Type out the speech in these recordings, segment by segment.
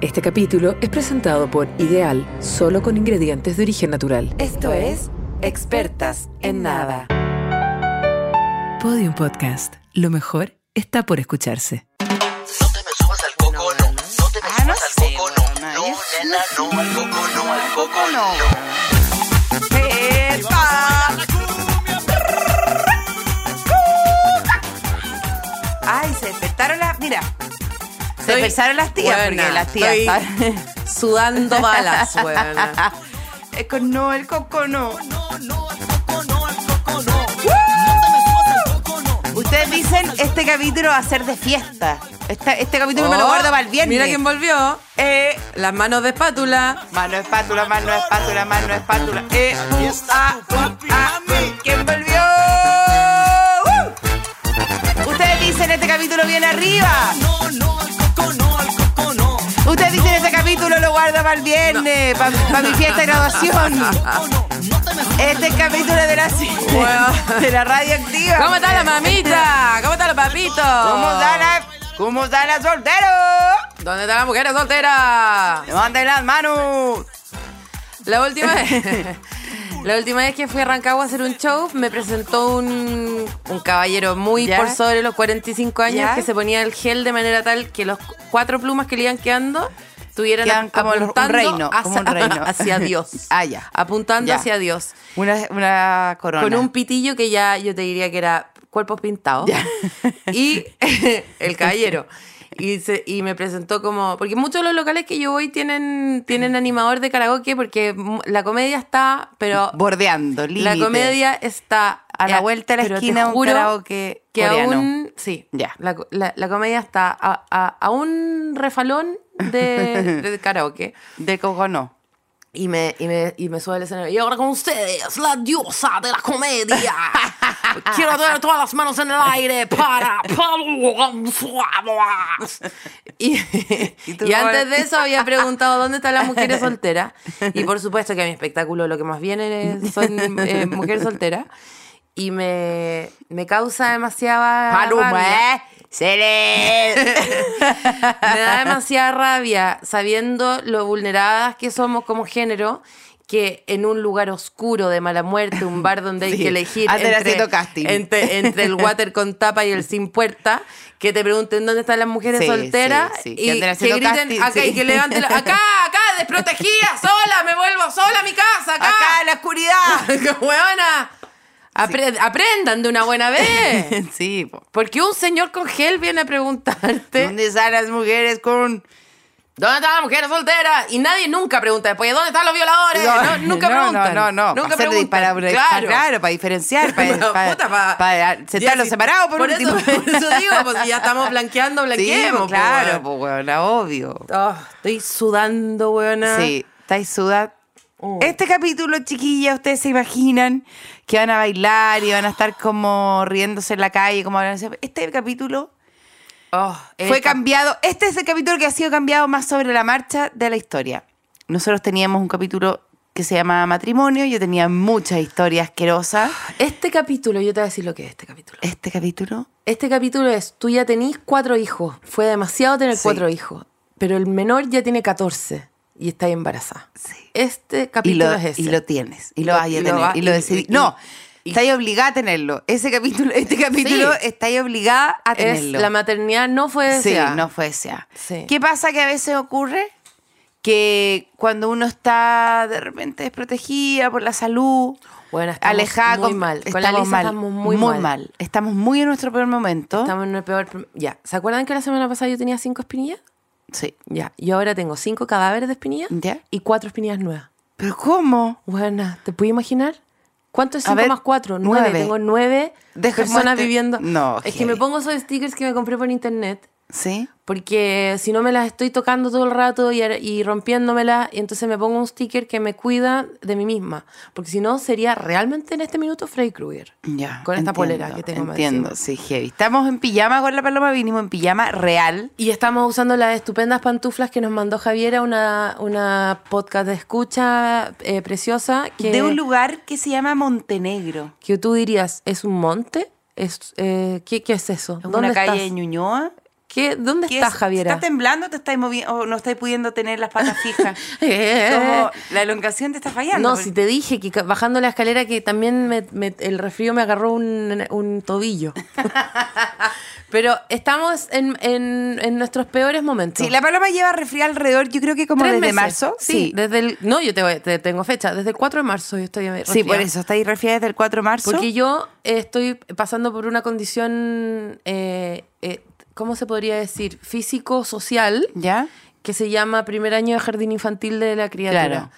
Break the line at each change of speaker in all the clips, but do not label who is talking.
Este capítulo es presentado por Ideal, solo con ingredientes de origen natural.
Esto es Expertas en Nada.
Podium Podcast. Lo mejor está por escucharse.
No te me subas al coco, no. No te me
Ah, no
subas
sé,
al coco, no.
weona,
No,
es-
nena, no, al coco, no, al coco, no.
¡Epa! Ay, se despertaron las. Mira. Se
Estoy-
despertaron las tías,
Buena,
porque las tías.
estoy
¿sabes?
sudando balas, weona.
Es con no, el coco no. Ustedes dicen este capítulo va a ser de fiesta. Esta- este capítulo me lo
Oh,
guardo para el viernes.
Mira quién volvió.
Eh,
Las manos de espátula.
Mano espátula, mano espátula, mano espátula. Eh, uh, ah, uh, ah, uh. ¿Quién volvió? ¡Uh! Ustedes dicen este capítulo viene arriba. Ustedes dicen este capítulo lo guardo para el viernes, para mi fiesta de graduación. Este es el capítulo de la, de la radio activa.
¿Cómo está la mamita? ¿Cómo están los papitos?
¿Cómo está la, cómo está la soltero?
¿Dónde está la mujer soltera?
Levanten las manos.
La última vez. La última vez que fui a Rancagua a hacer un show, me presentó un, un caballero muy
¿Ya?
por sobre los 45 años
¿Ya?
que se ponía el gel de manera tal que los cu- cuatro plumas que le iban quedando tuvieran
Quedan
ap-
como los- un
apuntando
reino,
hacia,
como un reino.
hacia Dios.
Ah, ya.
Apuntando
Ya.
hacia Dios.
Una, una corona.
con un pitillo que ya yo te diría que era cuerpos pintados.
Ya.
Y el caballero. Y, se- y me presentó como. Porque muchos de los locales que yo voy tienen, tienen animador de karaoke porque mu- la comedia está. Pero
bordeando,
la
límite.
comedia está.
A la
eh,
vuelta de la
pero te
esquina un
juro
karaoke
Que
coreano.
aún. Sí.
Ya.
La, co- la- la comedia está a, a- a un refalón de, de karaoke.
de coco no.
Y me, y, me, y me sube al escenario. Y ahora con ustedes, la diosa de la comedia. Quiero tener todas las manos en el aire para Pablo González. Y,
Y tú
y antes
ahora-
de eso había preguntado dónde están las mujeres solteras. Y por supuesto que a mi espectáculo lo que más viene es- son eh, mujeres solteras. Y me, me causa demasiada. rabia.
¿eh? Se le...
Me da demasiada rabia sabiendo lo vulneradas que somos como género que en un lugar oscuro de mala muerte, un bar donde hay
Sí,
que elegir
antes era haciendo casting.
Entre, entre el water con tapa y el sin puerta, que te pregunten dónde están las mujeres
Sí,
solteras
sí, sí, que
y
antes era
que,
haciendo
griten
casting, sí.
acá y que levanten la- acá, acá, desprotegida, sola, me vuelvo sola a mi casa, acá.
Acá en la oscuridad.
¡Qué hueona! Apre- Aprendan de una buena vez.
sí, po.
Porque un señor con gel viene a preguntarte.
¿dónde están las mujeres con...?
¿Dónde están las mujeres solteras? Y nadie nunca pregunta después, ¿dónde están los violadores? No, nunca
no,
preguntan.
No, no, no.
Nunca
para, hacer- para, para-
claro.
claro, para diferenciar, para,
Pero,
para,
puta, pa-
para
Ya,
sentar los
si-
separados por,
eso,
último.
Por eso digo, pues si ya estamos blanqueando,
sí,
blanqueemos.
po,
po,
claro,
weón.
pues bueno, obvio.
Oh, estoy sudando, weona.
Sí, estáis sudando.
Ah. Oh.
Este capítulo, chiquilla, ustedes se imaginan que van a bailar y van a estar como riéndose en la calle, como hablándose. Este capítulo
Oh, el
fue
cap-
cambiado. Este es el capítulo que ha sido cambiado más sobre la marcha de la historia. Nosotros teníamos un capítulo que se llamaba Matrimonio. Yo tenía muchas historias asquerosas.
Este capítulo, yo te voy a decir lo que es este capítulo.
Este capítulo.
Este capítulo es, tú ya tenís cuatro hijos. Fue demasiado tener
Sí.
cuatro hijos. Pero el menor ya tiene 14 y está embarazada.
Sí.
Este
Y
capítulo
lo,
es ese.
y lo tienes. Y
Y
lo
lo-
vas a
y lo
tener.
va-
y lo
y-
decidí.
y-
no,
y-
estáis obligada a tenerlo. Ese capítulo, este capítulo, estáis obligada a
es
tenerlo.
la maternidad no fue
Sí,
deseada.
no fue deseada.
Sí.
¿Qué pasa que a veces ocurre? Que cuando uno está de repente desprotegida por la salud,
Bueno, estamos
alejada,
muy
con-
mal. Con la
estamos
Lisa estamos muy mal.
Estamos muy en nuestro peor momento.
Estamos en el peor. pr- Ya, ¿se acuerdan que la semana pasada yo tenía cinco espinillas?
Sí.
Ya, yo ahora tengo cinco cadáveres de espinillas
Ya.
y cuatro espinillas nuevas.
¿Pero cómo?
Buena, ¿te puedes imaginar? ¿Cuánto es
A
cinco
ver,
más cuatro? Nueve.
nueve.
Tengo nueve
Deja-
personas
muestre-
viviendo.
No,
Es que
heavy.
me pongo esos stickers que me compré por internet.
¿Sí?
Porque si no me las estoy tocando todo el rato y, y rompiéndomelas, y entonces me pongo un sticker que me cuida de mí misma. Porque si no, sería realmente en este minuto Freddy Krueger.
Ya.
Con
entiendo,
esta polera que tengo más
Entiendo,
encima.
sí, heavy. Estamos en pijama con la paloma, vinimos en pijama real.
Y estamos usando las estupendas pantuflas que nos mandó Javiera, una, una podcast de escucha eh, preciosa. Que,
De un lugar que se llama Montenegro.
que tú dirías, ¿es un monte? ¿Es, eh, ¿qué, qué es eso?
Es una
estás?
calle de Ñuñoa.
¿Qué? ¿Dónde
¿Qué
estás,
es?
Javiera?
¿Estás temblando? ¿Te estáis moviendo? ¿O no estáis pudiendo tener las patas fijas?
Eh.
Como la elongación te está fallando.
No,
porque-
si te dije que ca- bajando la escalera que también me- me- el resfrío me agarró un, un tobillo. Pero estamos en, en- en nuestros peores momentos.
Sí, la paloma lleva resfriado alrededor, yo creo que como
Tres
desde
meses.
marzo.
Sí, desde el, no, yo te, voy- te tengo fecha. Desde el 4 de marzo yo estoy
Sí, por
resfriada.
eso, estáis resfriada desde el 4 de marzo.
Porque yo eh, estoy pasando por una condición, eh, eh, ¿cómo se podría decir? Físico-social.
¿Ya?
que se llama primer año de jardín infantil de la criatura.
Claro.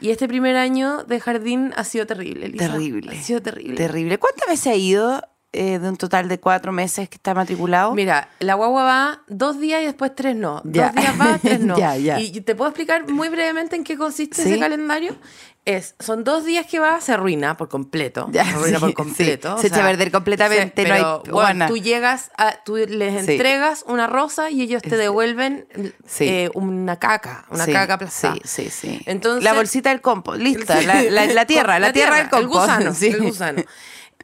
Y este primer año de jardín ha sido terrible, Elisa.
Terrible.
Ha sido terrible.
Terrible. ¿Cuántas veces ha ido eh, de un total de cuatro meses que está matriculado?
Mira, la guagua va dos días y después tres no.
Ya.
Dos días va, tres no.
Ya, ya.
Y te puedo explicar muy brevemente en qué consiste
Sí.
ese calendario. Es, son dos días que va, se arruina por completo.
Ya,
se arruina
sí,
por completo.
sí. Se echa a perder completamente, no hay-
pero, bueno,
guana.
tú llegas, a- tú les
Sí.
entregas una rosa y ellos te devuelven
Sí.
eh, una caca, una
Sí,
caca aplastada.
Sí, sí, sí.
Entonces,
la bolsita del compost, lista. La, la- la tierra, la, tierra, del
el
compost.
gusano,
Sí. Ah.
el gusano.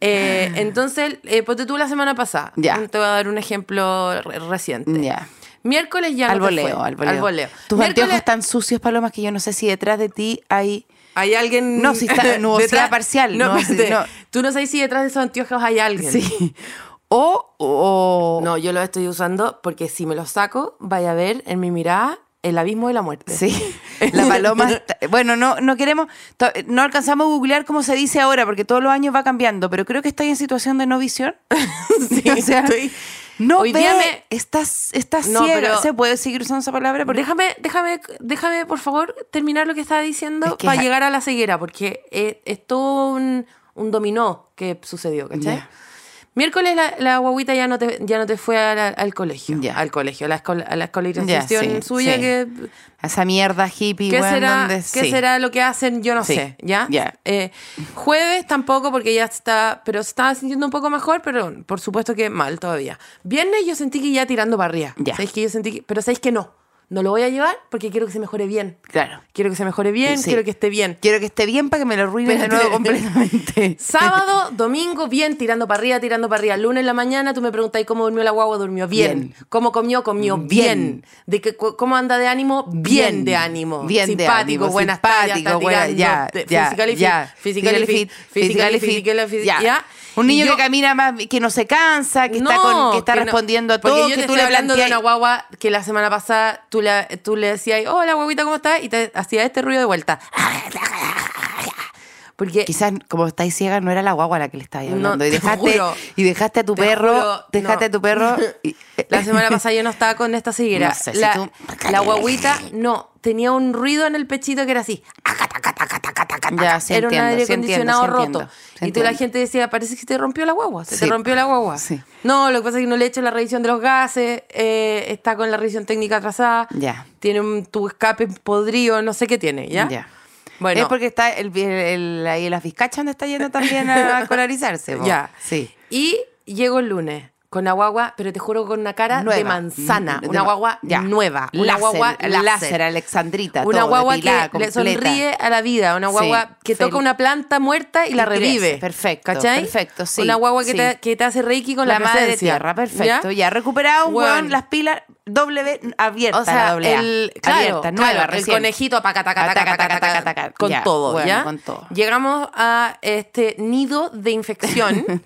Eh, entonces, eh, ponte tú la semana pasada.
Ya.
Te voy a dar un ejemplo re- reciente.
Ya.
Miércoles ya no
Al
te
voleo,
fue.
al voleo.
Al voleo.
Tus
Miércoles-
anteojos están sucios, Palomas, que yo no sé si detrás de ti hay...
Hay alguien.
No, si está nubosidad
detrás-
parcial,
No,
no,
espérate.
si- no.
Tú no sabes si detrás de esos anteojos hay alguien.
Sí. O... o
No, yo los estoy usando porque si me los saco, vaya a ver en mi mirada el abismo de la muerte.
Sí, la paloma. está- bueno, no, no queremos, to- no alcanzamos a googlear cómo se dice ahora, porque todos los años va cambiando, pero creo que estoy en situación de no visión.
Sí,
o sea,
estoy-
no
hoy
ve,
día me-
estás, estás
No,
ciega.
pero-
¿Se puede seguir usando esa palabra? Porque-
Déjame, déjame, déjame, por favor, terminar lo que estaba diciendo
Es que-
para llegar a la ceguera, porque es, es todo un, un dominó que sucedió, ¿cachai?
Ya.
Miércoles la, la guaguita ya no te, ya no te fue a la- al colegio.
Ya.
Al colegio, a la, escol- a la escolarización
Ya, sí,
suya
sí.
que.
Esa mierda hippie,
¿Qué,
weón,
será,
donde-
¿qué
sí.
será lo que hacen? Yo no
Sí.
sé, ¿ya?
Ya.
Eh, jueves tampoco, porque ya está. Pero se estaba sintiendo un poco mejor, pero por supuesto que mal todavía. Viernes yo sentí que ya tirando barría.
Ya.
¿Sabéis que yo sentí que- Pero sabéis que no. No lo voy a llevar porque quiero que se mejore bien.
Claro.
Quiero que se mejore bien,
Sí.
quiero que esté bien.
Quiero que esté bien para que me lo arruinen de
Espérate.
nuevo completamente.
Sábado, domingo, bien, tirando para arriba, tirando para arriba. Lunes en la mañana, tú me preguntáis cómo durmió la guagua, durmió bien.
Bien. Mm,
¿Cómo comió, comió bien.
Bien.
De que, cu- ¿Cómo anda de ánimo? Bien, de ánimo.
Bien de
simpático,
ánimo,
buenas
simpático,
tardes,
buena- ya, ya, ya.
Physically fit, physically fit, physically fit, physically fit,
ya.
ya.
Un niño
Y yo-
que camina más, que no se cansa, que está,
No,
con, que está
no.
respondiendo a
Porque
todo,
yo
que
te
tú
estoy
le
hablando de
planteas
una guagua que la semana pasada tú le, tú le decías, hola guaguita, ¿cómo estás? Y te hacía este ruido de vuelta. Porque
Quizás como estáis ciega no era la guagua la que le estabais
No,
hablando. y,
te
dejaste,
juro.
y dejaste a tu
Te
perro,
juro,
dejaste
no.
a tu perro. y- eh,
La semana pasada yo no estaba con esta ceguera.
No sé, si
la,
tú-
la guaguita, no, tenía un ruido en el pechito que era así.
Ya, sí
era un
entiendo,
aire
sí entiendo,
acondicionado
sí entiendo,
roto.
sí
y tú la
entiendo.
gente decía, parece que se te rompió la guagua, se
Sí.
te rompió la guagua.
Sí.
No, lo que pasa es que no le he hecho la revisión de los gases, eh, está con la revisión técnica atrasada,
Ya.
tiene un tu escape podrido, no sé qué tiene, ¿ya?
Ya.
Bueno,
Es porque está el, el, el- ahí las vizcachas donde está yendo también a escolarizarse. po.
Ya.
Sí.
Y llego el lunes con la guagua, pero te juro con una cara de
Nueva. Mm,
manzana,
De
una
ma-
guagua
ya.
nueva, una
Láser,
guagua
láser, Alexandrita,
Una
todo,
guagua
depilada,
que le
completa.
sonríe a la vida, una
Sí,
guagua que
fel-
toca una planta muerta y la
Y crece,
revive.
perfecto, perfecto, sí,
Una guagua que,
sí.
te, que te hace reiki con la,
madre de
presencia,
tierra, perfecto.
¿ya?
Ya, recuperado un
Weón.
hueón, las pilas W abierta,
O sea,
doble A,
el, claro,
abierta, nueva,
claro, el
recién.
conejito paca, taca, taca,
Ataca,
taca,
taca,
taca,
taca, taca.
con
Ya,
todo,
bueno,
¿ya?
con todo.
Llegamos a este nido de infección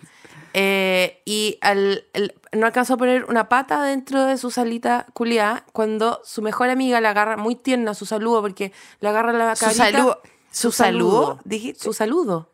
eh, y al- el- no alcanzó a poner una pata dentro de su salita culiada cuando su mejor amiga la agarra muy tierna, su saludo, porque la agarra la
Su
carita.
saludo- ¿su saludo, dijiste?
Su saludo.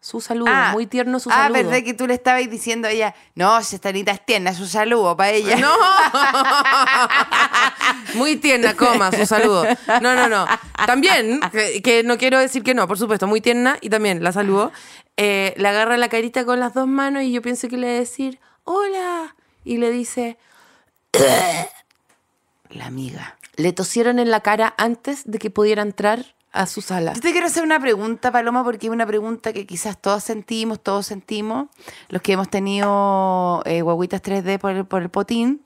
Su saludo,
Ah,
muy tierno su
ah,
saludo.
verdad que tú le estabas diciendo a ella, no, si esta es tierna, es un saludo para ella.
No. Muy tierna, coma, su saludo. No, no, no. También, que, que no quiero decir que no, por supuesto, muy tierna y también la saludo. Eh, le agarra la carita con las dos manos y yo pienso que le va a decir, hola. Y le dice,
La amiga.
le tosieron en la cara antes de que pudiera entrar a su sala.
Yo te quiero hacer una pregunta, Paloma, porque es una pregunta que quizás todos sentimos, todos sentimos, los que hemos tenido eh, guaguitas 3D por el, por el potín.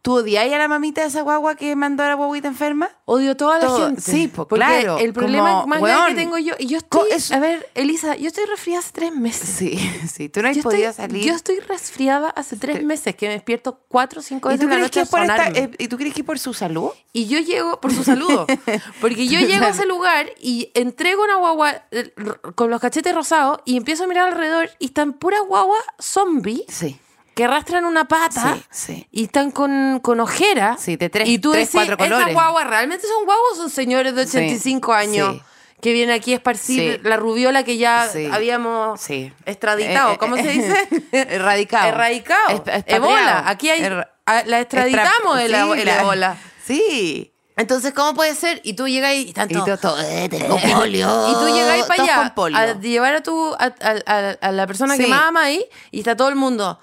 ¿Tú odiáis a la mamita de esa guagua que mandó a la guaguita enferma?
Odio a toda
Todo-
la gente.
sí, pues,
Porque
claro,
El problema
como,
más grande
weón,
que tengo yo. Y yo
co-
estoy.
es-
A ver, Elisa, yo estoy resfriada hace tres meses.
Sí, sí. Tú no has
yo,
podido
estoy,
salir.
yo estoy resfriada hace tres
Te-
meses que me despierto cuatro o cinco
¿Y tú,
veces en
crees
la noche
que
a
es por esta-
sonarme.
eh, ¿Y tú crees que es por su salud?
Y yo llego, por su saludo, porque yo llego a ese lugar y entrego una guagua eh, r- con los cachetes rosados y empiezo a mirar alrededor y están puras guaguas zombies
Sí.
que arrastran una pata
Sí, sí.
y están con, con ojera.
Sí, de tres-
Y tú
tres,
decís,
cuatro
¿estas
colores".
guaguas realmente son guaguas o son señores de
Sí,
85 años?
sí.
Que vienen aquí a esparcir
Sí.
la rubiola que ya
Sí,
habíamos
sí.
extraditado.
Eh,
Oh. ¿Cómo
eh,
se dice?
Erradicado.
Erradicado.
Esp- expatriado.
Ebola. Aquí hay,
Erra-
a- la extraditamos de la,
Sí,
de la ebola.
Sí.
Entonces, ¿cómo puede ser? Y tú llegas y
Y
tanto.
todo, todo, eh, tengo polio.
Y tú llegas
Todos
para allá
con polio.
a llevar a, tu, a, a- a- a la persona que
Sí.
más ama ahí y está todo el mundo.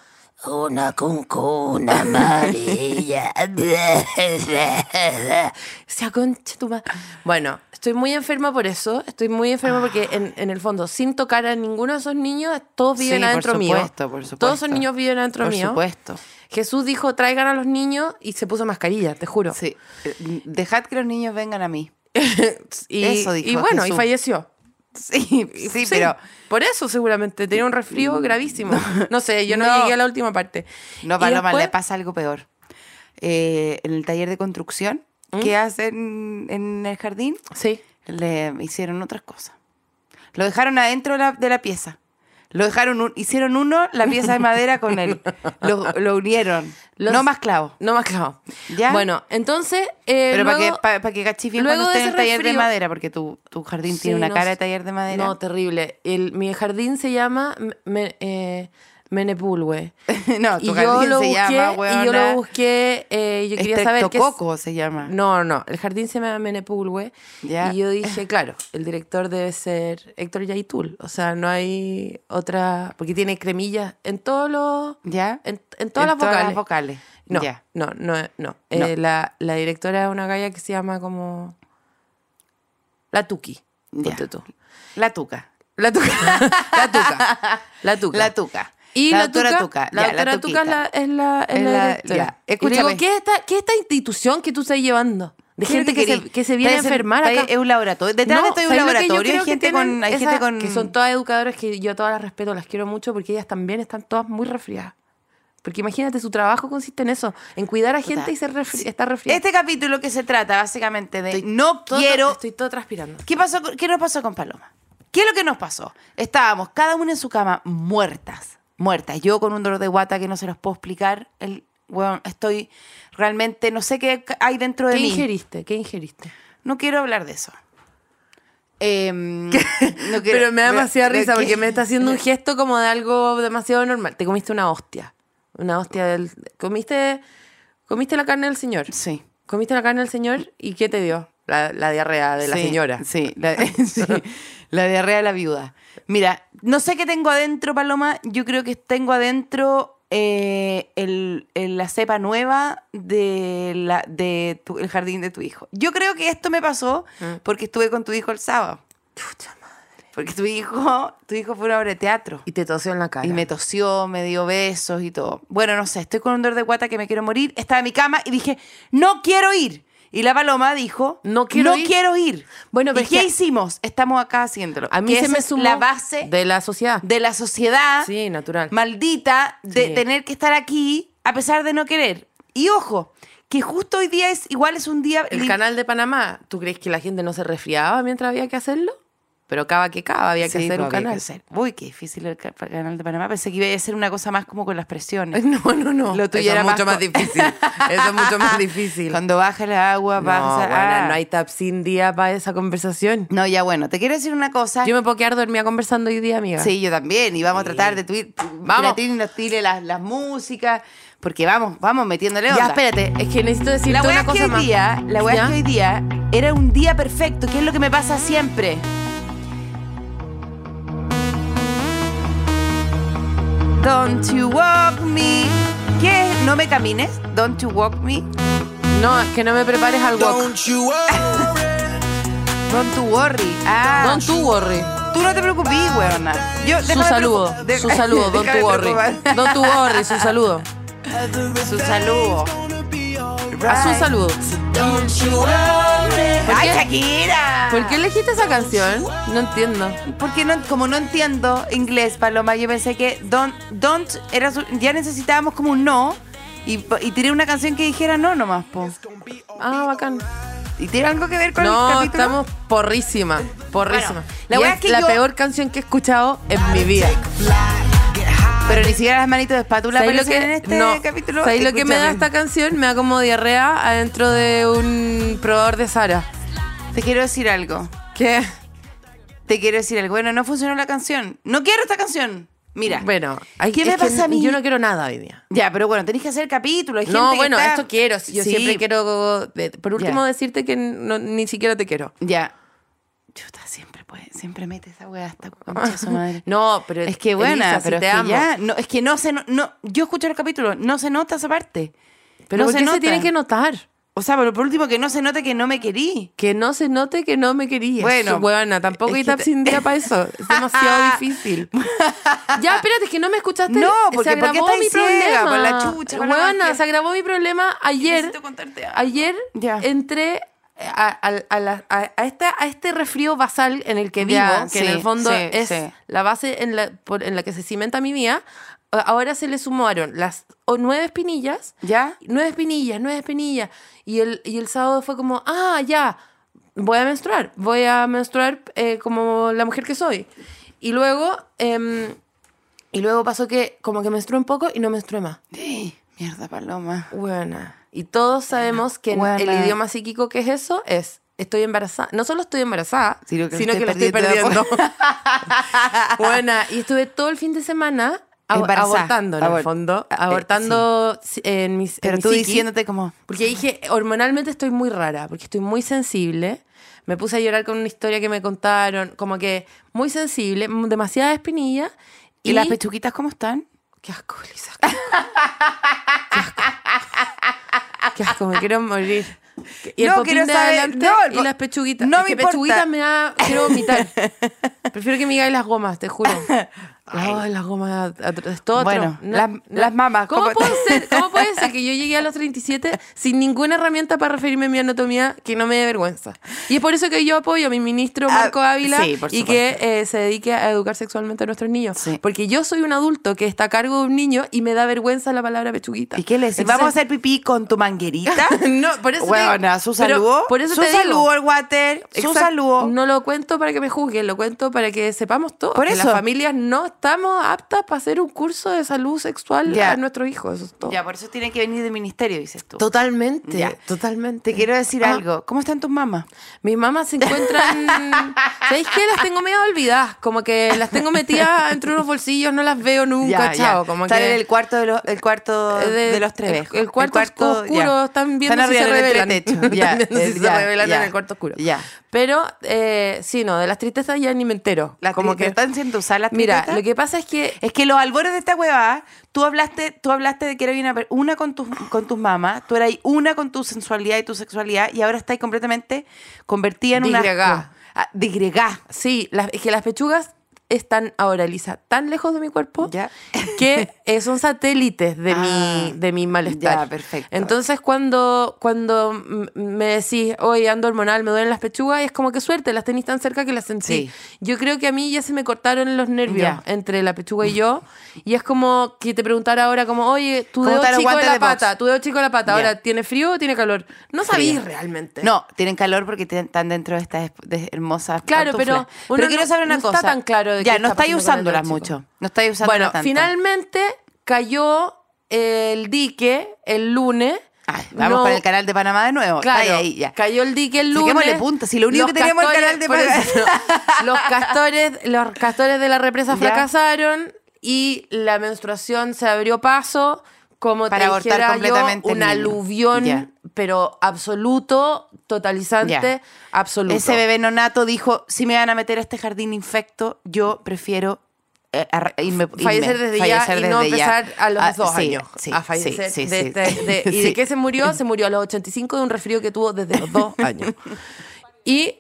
Una cuncuna amarilla.
Se aconcha tu madre. Bueno, estoy muy enferma por eso. Estoy muy enferma porque, en, en el fondo, sin tocar a ninguno de esos niños, todos viven
Sí,
adentro
por supuesto,
mío.
por supuesto.
Todos esos niños viven adentro
por
mío.
supuesto.
Jesús dijo: traigan a los niños y se puso mascarilla, te juro.
Sí. Eh, Dejad que los niños vengan a mí.
Y,
Eso
y
dijo
bueno, y
Jesús.
falleció.
Sí, sí, pero
Por eso seguramente tenía un resfrío gravísimo. No sé, yo no,
No.
llegué a la última parte.
no,
Y
Paloma,
después-
le pasa algo peor. Eh, en el taller de construcción que hacen en el jardín,
Sí.
le hicieron otras cosas. Lo dejaron adentro de la, de la pieza. Lo dejaron, un- hicieron uno, la pieza de madera con él. Lo, lo unieron.
Los-
No más clavos.
No más clavo.
¿Ya?
Bueno, entonces. eh,
Pero para
luego-
que, pa- pa' que cachis bien
luego
cuando
de
estés en
ese
el taller de
resfrío-
madera, porque tu, tu jardín
Sí,
tiene una
no
cara
sé.
de taller de madera.
No, terrible. El, mi jardín se llama me, eh, Menepulwe.
No, Ah, tu
y yo
jardín
lo
se
busqué,
llama,
Y yo
weona,
lo busqué. eh, yo quería saber qué. es-
Estreptococo se llama.
No, no, el jardín se llama Menepulwe.
Ya.
Y yo dije, claro, el director debe ser Héctor Yaitul. O sea, no hay otra. Porque tiene cremillas en todos los.
¿Ya?
En, en todas,
En
las, vocales.
vocales.
No,
Ya.
no, no, no. Eh, la, la directora es una galla que se llama como. La Tuki.
Ya.
ponte tú.
La tuca.
La Tuca. la Tuca. La Tuca.
La tuca.
Y la,
doctora
Tuca. La
Ya,
doctora Tuca es la, es la, es
Es
la
la-
directora.
ya.
Y le
Escúchame.
digo, ¿qué es esta, qué es esta institución que tú estás llevando? De
¿Qué
gente
es lo
que,
querí?
se, que se viene a
Estáis en-
enfermar
estáis-
acá.
Es un laboratorio. Detrás de esto hay un
¿sabes lo que yo
laboratorio.
creo
Hay
que
gente
tienen
con. Hay
esas-
gente con.
Que son todas educadoras que yo a todas las respeto, las quiero mucho porque ellas también están todas muy resfriadas. Porque imagínate, su trabajo consiste en eso, en cuidar a gente y ser resfri- estar resfriada.
Este capítulo que se trata básicamente de. no
Todo-
quiero.
Estoy todo transpirando.
¿Qué, pasó, con- ¿Qué nos pasó con Paloma? ¿Qué es lo que nos pasó? Estábamos cada una en su cama, muertas, muertas. Yo con un dolor de guata que no se los puedo explicar. El, weón, estoy realmente, no sé qué hay dentro de
¿Qué
mí.
ingeriste? ¿Qué ingeriste?
No quiero hablar de eso. Em, no quiero-
pero me da
pero-
demasiada
pero
risa
que-
porque me está haciendo un gesto como de algo demasiado normal. Te comiste una hostia. Una hostia del. Comiste. Comiste la carne del señor.
Sí.
Comiste la carne del señor y ¿qué te dio? La, la diarrea de la
sí,
señora.
Sí la, sí, la diarrea de la viuda. Mira, no sé qué tengo adentro, Paloma. Yo creo que tengo adentro eh, el- el- la cepa nueva de la, de tu- el jardín de tu hijo. Yo creo que esto me pasó
Mm.
porque estuve con tu hijo el sábado. Porque tu hijo, tu hijo fue a una obra de teatro.
Y te tosió en la cara.
Y me tosió, me dio besos y todo. Bueno, no sé, estoy con un dolor de guata que me quiero morir. Estaba en mi cama y dije, no quiero ir. Y la paloma dijo,
No quiero ir.
quiero ir.
Bueno,
¿Y
pero es
qué
que-
hicimos? Estamos acá haciéndolo.
A mí
Que
se
esa
me
es
sumó.
la base de,
De la sociedad.
la sociedad
Sí, natural.
maldita de
Sí.
tener que estar aquí a pesar de no querer. Y ojo, que justo hoy día es igual es un día...
El
li-
canal de Panamá, ¿tú crees que la gente no se resfriaba mientras había que hacerlo? Pero cava que cava, había que
Sí, pues,
hacer un
había que
canal.
hacer. Uy, qué difícil el ca- canal de Panamá. Pensé que iba a ser una cosa más como con las presiones.
No, no, no.
Lo tuyo
Eso
era
es mucho
más
más
co-
difícil. Eso es mucho más difícil.
Cuando baja el agua,
No,
pasa.
buena,
ah.
no hay tapsin día para esa conversación.
No, ya bueno, te quiero decir una cosa.
Yo me puedo quedar dormida conversando hoy día, amiga.
Sí, yo también. Y vamos a tratar de tuir, Tira,
Vamos.
tira, nos tire las, las músicas. Porque vamos, vamos metiéndole
Ya,
onda.
espérate, es que necesito decirte
La weá
una
es que
cosa
hoy
más.
día, la weá
¿Ya?
es que hoy día era un día perfecto, que es lo que me pasa siempre. Don't you walk me. ¿Qué? ¿No me camines? Don't you walk me.
No, es que no me prepares al walk.
Don't you worry. Ah.
Don tu worry.
Tú no te preocupes, weona. Yo,
Su
déjame
saludo,
preocup- de-
su saludo, don
déjame
tu worry.
preocupar.
Don tu worry, su saludo.
Su saludo. Haz un saludo. ¿Por
¡Ay,
qué?
Shakira!
¿Por
qué elegiste esa canción? No entiendo.
Porque no, como no entiendo inglés, Paloma, yo pensé que don't, don't era su- ya necesitábamos como un no y, po- y tiré una canción que dijera no nomás, po.
Ah, bacán.
¿Y tiene algo que ver con el
No,
capítulo?
estamos porrísima, porrísima.
Bueno, la
Y
wea
es
es que
la
yo-
peor canción que he escuchado en mi vida.
Pero ni siquiera las manitos de espátula
¿Sabéis
aparecen en este
no,
capítulo.
¿sabéis lo que me da esta
Escúchame,
canción? Me da como diarrea adentro de un probador de Sara.
Te quiero decir algo.
¿Qué?
Te quiero decir algo. Bueno, no funcionó la canción. No quiero esta canción. Mira.
Bueno, ay,
¿Qué
es
me
que
pasa a mí?
Yo no quiero nada hoy día.
Ya, pero bueno, tenés que hacer capítulo. Hay gente
No,
que
bueno,
está-
esto quiero. Yo
Sí.
siempre quiero. de- Por último,
Ya.
decirte que no- ni siquiera te quiero.
Ya. Chuta, siempre puede, siempre mete esa weá hasta concha su madre.
No, pero.
Es que buena,
buena,
pero es que ya, no, es que no se no, no- yo escuché los capítulos, no se nota esa parte.
Pero
no
¿por
se
qué
nota.
se tiene que notar?
O sea, pero por último que no se note que no me querí.
Que no se note que no me querías.
Bueno,
Huevona, tampoco
es
hay
que
taps
te-
sin día para eso. Es demasiado
Ah.
difícil. ya, espérate, es que no me escuchaste.
No,
se
porque- ¿por qué
agravó mi
estáis ciega?
problema.
Por la chucha, por la
Huevona,
magia.
se agravó mi problema ayer.
Necesito contarte algo.
Ayer
Ya.
entré a, a- a la- a- a esta, a este resfrío basal en el que vivo,
Ya,
que en
sí,
el fondo
sí,
es
sí.
la base en la, por- en la que se cimenta mi vida. a- Ahora se le sumaron las o nueve espinillas
¿Ya?
nueve espinillas, nueve espinillas. Y el, y el sábado fue como, ah, ya, voy a menstruar, voy a menstruar eh, como la mujer que soy. Y luego, em, y luego pasó que como que menstrué un poco y no menstrué más.
Mierda, paloma.
Buena. Y todos sabemos que en- el
Buena.
idioma psíquico que es eso es... Estoy embarazada. No solo estoy embarazada, sino
Sino
que,
que
lo estoy
perdiendo.
perdiendo. Buena. Y estuve todo el fin de semana ab-
Embarazada.
abortando, en el
Abor-
fondo.
Eh,
Abortando si- en mis. en
Pero
mi
tú
psiqui.
diciéndote como
Porque dije, hormonalmente estoy muy rara, porque estoy muy sensible. Me puse a llorar con una historia que me contaron, como que muy sensible, m- demasiada espinilla.
¿Y, las pechuquitas cómo están?
Qué asco, Lisa. Qué asco. Qué asco, Qué asco, me quiero morir. Y el
No,
popín
quiero
de
saber-
adelante
no, el
y
po-
las pechuguitas.
no
Es
me
que
importa.
pechuguitas me da... Quiero vomitar. Prefiero que me digáis las gomas, te juro. Ay, las gomas... atro- Es todo otro.
Bueno,
No,
las-
no.
las mamas,
¿Cómo
¿cómo-
puede, ser, ¿Cómo puede ser que yo llegué a los 37 sin ninguna herramienta para referirme a mi anatomía que no me dé vergüenza? Y es por eso que yo apoyo a mi ministro Marco
Ah,
Ávila
sí, por
y
supuesto.
que eh, se dedique a educar sexualmente a nuestros niños.
Sí.
Porque yo soy un adulto que está a cargo de un niño y me da vergüenza la palabra pechuguita.
¿Y qué le decís?
Entonces-
¿Vamos a hacer pipí con tu manguerita?
No, por eso te-
Bueno, su
pero
saludo.
por eso
su
te digo.
saludo al water. Su
Exacto.
saludo.
No lo cuento para que me juzguen, lo cuento para que sepamos todo.
Por
que
eso.
las familias no estamos aptas para hacer un curso de salud sexual
Ya.
a nuestros hijos. Eso es todo.
Ya, por eso tiene que venir del ministerio, dices tú.
Totalmente,
Ya.
totalmente.
Te quiero decir
Ah,
algo. ¿Cómo están tus mamás?
Mis mamás se encuentran. ¿Sabéis qué? Las tengo medio olvidadas. Como que las tengo metidas entre unos bolsillos, no las veo nunca,
Ya, ya.
chao. Como
están
que.
en el cuarto de los, el cuarto
Eh, de-
de, los
el,
Trevejos.
el cuarto, oscuro,
ya.
están viendo si se
arriba del
revelan.
entretecho.
Están
Ya,
viendo si
eh,
se
ya,
revelan en
ya.
el cuarto oscuro.
Ya.
Pero, eh, sí, no, de las tristezas ya ni me entero.
Las
como
tri-
que
están siendo usadas las
Mira,
tritetas.
lo que pasa es que
Es que los albores de esta huevada, tú hablaste, tú hablaste de que eras una, per- una con tus con tus mamás, tú eras una con tu sensualidad y tu sexualidad, y ahora estás completamente convertida en Ah, una.
Disgregá.
Disgregá.
Sí, las- es que las pechugas están ahora, Lisa, tan lejos de mi cuerpo
Ya.
que eh, son satélites de,
Ah,
mi, de mi malestar.
ya, perfecto.
Entonces, cuando, cuando m- me decís, hoy ando hormonal, me duelen las pechugas, es como que suerte, las tenís tan cerca que las sentí.
Sí.
Yo creo que a mí ya se me cortaron los nervios
Ya.
entre la pechuga y yo. Y es como que te preguntara ahora, como, oye, tu
¿Cómo
dedo
están los
chico de
guantes
la
de box?
pata, tu dedo chico de la pata,
Ya.
ahora, ¿tiene frío o tiene calor? No sabís
Frío.
realmente.
No, tienen calor porque te- están dentro de estas esp- de hermosas
Claro,
pantuflas.
pero uno
quiero
no-
saber una
no
cosa.
está tan claro de
ya,
qué
no
está
estáis
pasando con el
usándolas
dedo chico.
mucho. No estáis usándolas
Bueno,
tanto.
finalmente cayó el dique el lunes.
Ay, vamos
No,
para el canal de Panamá de nuevo. Ah, Está
Claro,
ahí, ya.
cayó el dique el lunes.
Saquémosle punta, si lo único
Los
que teníamos era el
castores-
canal de
por eso, los castores, los castores de la represa
Ya.
fracasaron y la menstruación se abrió paso como
Para
te
abortar
dijera
completamente el
yo, un
niño.
aluvión,
Ya.
pero absoluto, totalizante,
Ya.
absoluto.
Ese bebé nonato dijo, si me van a meter a este jardín infecto, yo prefiero eh, arra- irme, irme,
fallecer desde
fallecer
ya y no
desde ya".
empezar a los
Ah,
dos
sí,
años
sí,
a fallecer.
sí, sí,
de
sí.
este- de- ¿Y de
Sí.
qué se murió? Se murió a los 85 de un resfrío que tuvo desde los dos años. Y,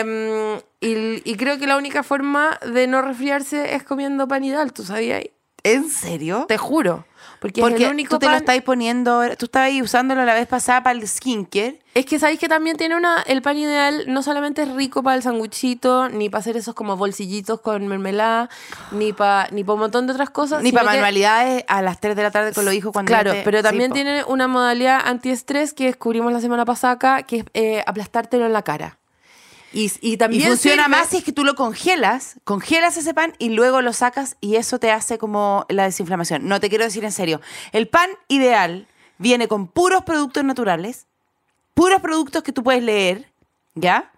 em, y, y creo que la única forma de no resfriarse es comiendo pan y dal, ¿tú sabías?
¿En serio?
Te juro. Porque,
Porque
es el único
tú te lo
pan-
estáis poniendo, ahora- tú estabas usándolo la vez pasada para el skincare.
Es que sabéis que también tiene una. El pan ideal no solamente es rico para el sanguchito, ni para hacer esos como bolsillitos con mermelada, ni para ni pa un montón de otras cosas.
Ni
sino
para
que-
manualidades a las 3 de la tarde con los hijos cuando
Claro,
ya te-
pero
sí,
también
po.
tiene una modalidad antiestrés que descubrimos la semana pasada acá, que es eh, aplastártelo en la cara. Y, y
Y
también.
funciona
sirve-
más si es que tú lo congelas, congelas ese pan y luego lo sacas y eso te hace como la desinflamación. No te quiero decir en serio. El pan ideal viene con puros productos naturales, puros productos que tú puedes leer, ¿ya?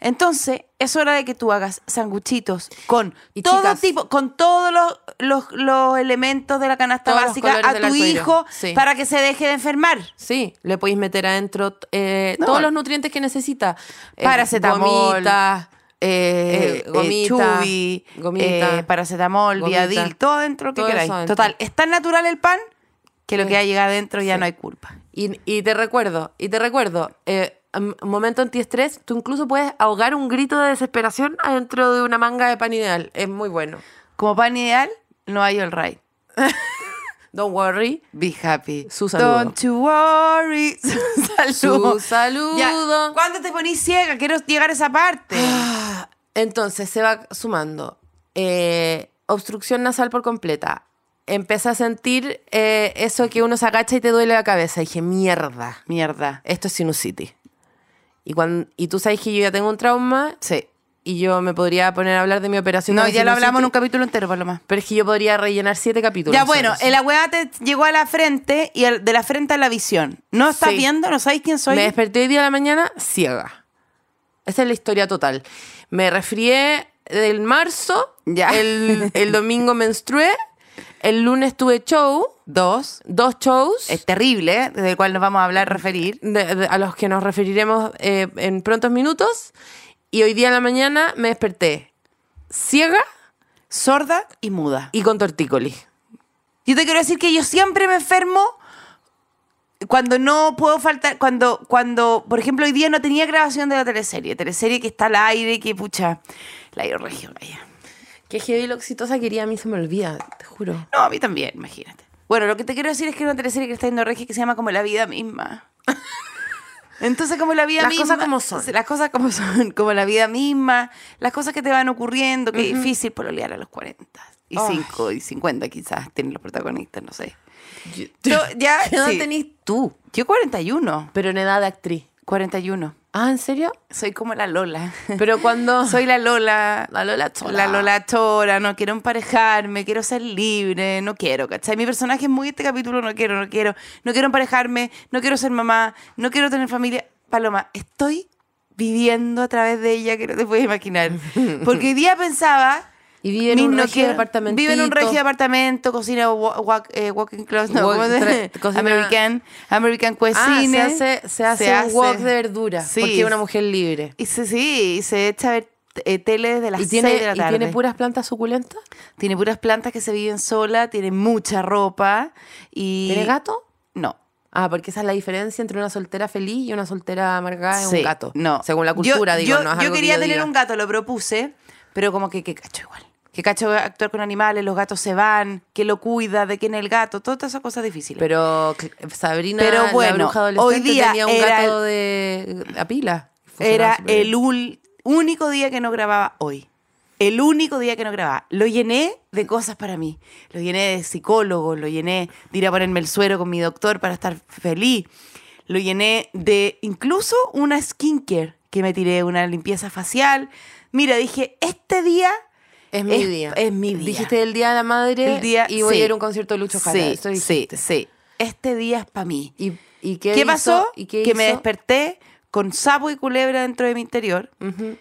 Entonces, es hora de que tú hagas sanguchitos con
Y
todo
chicas.
tipo, con todos los, los- los elementos de la canasta
Todos los
básica
colores
a
del
tu
arcoíris,
hijo
sí.
para que se deje de enfermar.
Sí, le podéis meter adentro eh,
No.
todos los nutrientes que necesita. Eh,
Paracetamol,
gomitas,
eh,
eh, gomitas,
chubi,
gomitas.
eh, paracetamol,
gomita.
viadil, todo dentro lo que
Todo
queráis.
eso dentro.
Total, es tan natural el pan que lo
Sí.
que ha llegado adentro ya
Sí.
no hay culpa.
Y, y te recuerdo, y te recuerdo, eh, m- momento antiestrés, tú incluso puedes ahogar un grito de desesperación adentro de una manga de pan ideal. Es muy bueno.
Como pan ideal, no hay all right.
Don't worry.
Be happy.
Su saludo.
Don't you worry. Su saludo.
Su saludo.
Ya, ¿Cuándo te ponís ciega? Quiero llegar a esa parte.
Ah. Entonces se va sumando. eh, obstrucción nasal por completa. Empecé a sentir eh, eso que uno se agacha y te duele la cabeza. dije, mierda,
Mierda.
esto es sinusitis. Y, cuando, y tú sabes que yo ya tengo un trauma
Sí.
y yo me podría poner a hablar de mi operación.
No,
de
ya lo hablamos en un
sinusitis.
capítulo entero, por lo más.
Pero es que yo podría rellenar siete capítulos.
Ya bueno,
¿sabes?
el weá te llegó a la frente y el- de la frente a la visión. ¿No estás
Sí.
viendo? ¿No sabéis quién soy?
Me desperté hoy día de la mañana ciega. Esa es la historia total. Me resfrié del marzo,
Ya.
El, el domingo menstrué, el lunes tuve show,
Dos.
dos shows
es terrible, ¿eh? del cual nos vamos a hablar, referir.
de- de- a los que nos referiremos eh, en prontos minutos, y hoy día en la mañana me desperté ciega
Sorda y muda.
y con tortícolis.
Yo te quiero decir que yo siempre me enfermo cuando no puedo faltar, cuando, cuando, por ejemplo, hoy día no tenía grabación de la teleserie, teleserie que está al aire, que pucha, la yo regio, vaya.
Qué heavy lo exitosa quería, a mí se me olvida, te juro.
No, a mí también, imagínate. Bueno, lo que te quiero decir es que hay una teleserie que está en regio que se llama como la vida misma. Entonces, como la vida
Las
misma.
cosas como son.
Las cosas como son, como la vida misma, las cosas que te van ocurriendo, que es difícil pololear a los 40 y
Ay.
5 y 50 quizás tienen los protagonistas, no sé.
Yo,
Yo, ya,
no
sí.
tenés tú,
Yo 41,
pero en edad de actriz.
41.
Ah, ¿en serio?
Soy como la Lola.
Pero cuando...
Soy la Lola.
La Lola Chora.
La Lola Chora, no quiero emparejarme, quiero ser libre, no quiero, ¿cachai? Mi personaje es muy este capítulo, no quiero, no quiero, no quiero emparejarme, no quiero ser mamá, no quiero tener familia. Paloma, estoy viviendo a través de ella que no te puedes imaginar. Porque hoy día pensaba...
Y vive en
mis
un
no
regio
quiero-
departamentito. Ah,
Vive en un regio apartamento, cocina wa- wa- eh, walking closet, no,
Walk-
¿cómo se-
tra- cocina-
American, American
Ah,
cuisine.
se hace, se hace un walk de verduras
Sí.
porque es una mujer libre.
Y se, sí, y se echa a ver eh, tele desde las
Y
6
tiene,
de la
y
tarde.
tiene puras plantas suculentas.
Tiene puras plantas que se viven sola, tiene mucha ropa y...
¿Tiene gato?
No.
Ah, porque esa es la diferencia entre una soltera feliz y una soltera amargada Ah, es
Sí,
un gato.
No.
Según la
Yo-
cultura, digo,
yo,
no es
yo
algo que
quería
yo
tener
diga.
un gato, lo propuse, pero como que, que cacho igual. Que cacho actuar con animales, los gatos se van, que lo cuida, de quién es el gato, todas esas cosas difíciles.
Pero cl- Sabrina,
Pero bueno,
la bruja adolescente,
hoy día
tenía un
era
gato de a pila. Funcionaba
Era
súper bien.
el ul- único día que no grababa hoy. El único día que no grababa. Lo llené de cosas para mí. Lo llené de psicólogo, lo llené de ir a ponerme el suero con mi doctor para estar feliz. Lo llené de incluso una skincare que me tiré, una limpieza facial. Mira, dije, este día
Es mi
es-
día.
es mi día.
Dijiste el día de la madre
el día,
y voy
sí.
a ir a un concierto de Lucho Jara.
Sí,
eso
sí,
dijiste.
sí. Este día es para mí.
¿Y, y
¿Qué,
qué, hizo?
pasó?
¿Y qué
que me
hizo?
desperté con sapo y culebra dentro de mi interior.
Ujú.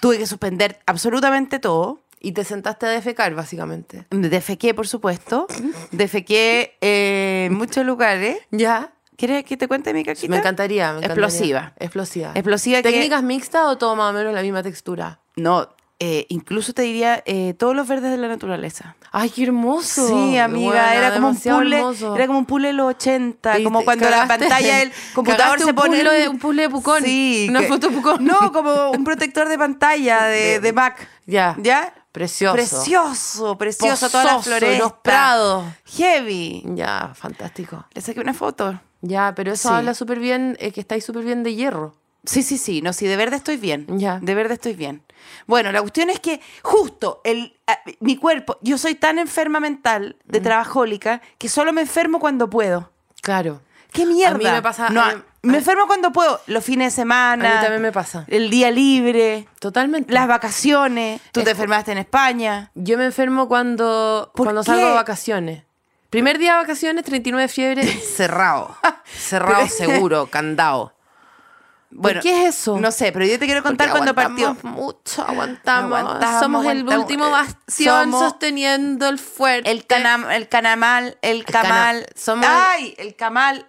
Tuve que suspender absolutamente todo.
Y te sentaste a defecar, básicamente.
Defequé, por supuesto. Defequé eh, en muchos lugares.
¿Ya?
¿Quieres que te cuente mi caquita?
Me encantaría, me encantaría.
Explosiva.
Explosiva.
Explosiva que-
¿Técnicas mixtas o todo más o menos la misma textura?
No, eh, incluso te diría eh, todos los verdes de la naturaleza.
¡Ay, qué hermoso!
Sí, amiga,
Buena,
era como un
demasiado
puzzle,
hermoso.
era como un puzzle de los 80,
Y
como
te-
cuando la
cagaste-
pantalla del computador
cagaste
se
un
pone
puzzle de- un puzzle de pucón,
Sí,
una foto pucón.
No, como un protector de pantalla de, de Mac.
Ya.
¿Ya?
Precioso.
Precioso, precioso. Todas las
Pozoso,
flores.
los prados. Mm.
Heavy.
Ya, fantástico.
Le saqué una foto.
Ya, pero eso
Sí.
habla súper bien, eh, que estáis súper bien de hierro.
Sí, sí, sí. No, sí, de verdad estoy bien.
Ya.
De verdad estoy bien. Bueno, la cuestión es que justo el, a- mi cuerpo, yo soy tan enferma mental,
Mm.
de trabajólica, que solo me enfermo cuando puedo.
Claro.
¡Qué mierda!
A mí me pasa-
No,
a mí-
me
a mí-
enfermo cuando puedo. Los fines de semana.
A mí también me pasa.
El día libre.
Totalmente.
Las vacaciones. Tú te
Es-
enfermaste en España.
Yo me enfermo cuando,
¿Por
cuando
qué?
salgo de vacaciones. Primer día de vacaciones, 39 de fiebre, cerrado. cerrado
Pero-
seguro, candado.
Bueno,
qué es eso?
No sé, pero yo te quiero
Porque
contar cuando partió.
aguantamos mucho, aguantamos.
Aguantamos,
somos el
aguantamos.
último
Eh,
bastión
somos
sosteniendo el fuerte.
El, canam, el canamal, el
cana-
camal.
somos-
¡Ay! El camal.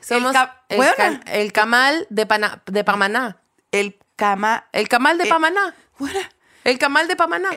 Somos
el ca-
el,
Weona.
ca- el camal de, Pana- de Pamaná.
El cama.
El camal de
Eh,
Pamaná.
Buena.
El camal de Pamaná.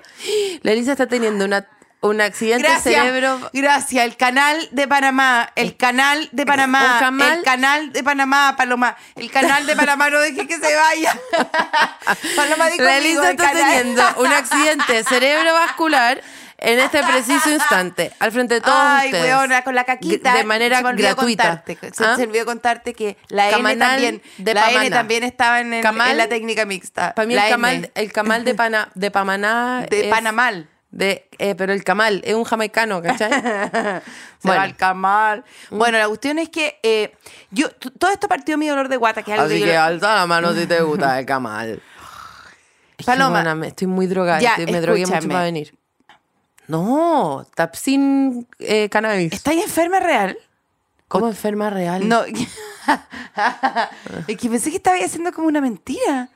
La Elisa está teniendo una, un accidente
Gracias,
de cerebro.
gracias. El canal de Panamá, el canal de Panamá,
Un camal.
el canal de Panamá, Paloma, el canal de Panamá, no deje que se vaya. Paloma dijo
La
amigo,
Elisa
el
está
canal.
teniendo un accidente cerebrovascular en este preciso instante, al frente de todos
Ay,
ustedes.
weona, con la caquita.
Gr- De manera
se me olvidó
gratuita.
contarte,
¿Ah?
Se, se olvidó contarte que la N
Camanal
también,
de
la N
Pamaná.
también estaba en, el-
Camal.
en la técnica mixta.
Para mí
la
el
N
camal, el camal de, Pana- de Pamaná
de
es-
Panamal.
De, eh, pero el camal es un jamaicano, ¿cachai?
Se
Bueno. Mm.
va al camal. Bueno, la cuestión es que eh, yo, t- todo esto partió de mi dolor de guata, que es algo que yo lo-
alza la mano si te gusta el camal.
Paloma.
Paloma. estoy muy drogada.
Ya,
estoy- me drogué mucho
escúchame.
para venir. No, tapsin eh, cannabis.
¿Estáis enferma real?
¿Cómo enferma real?
No. es que pensé que estaba haciendo como una mentira.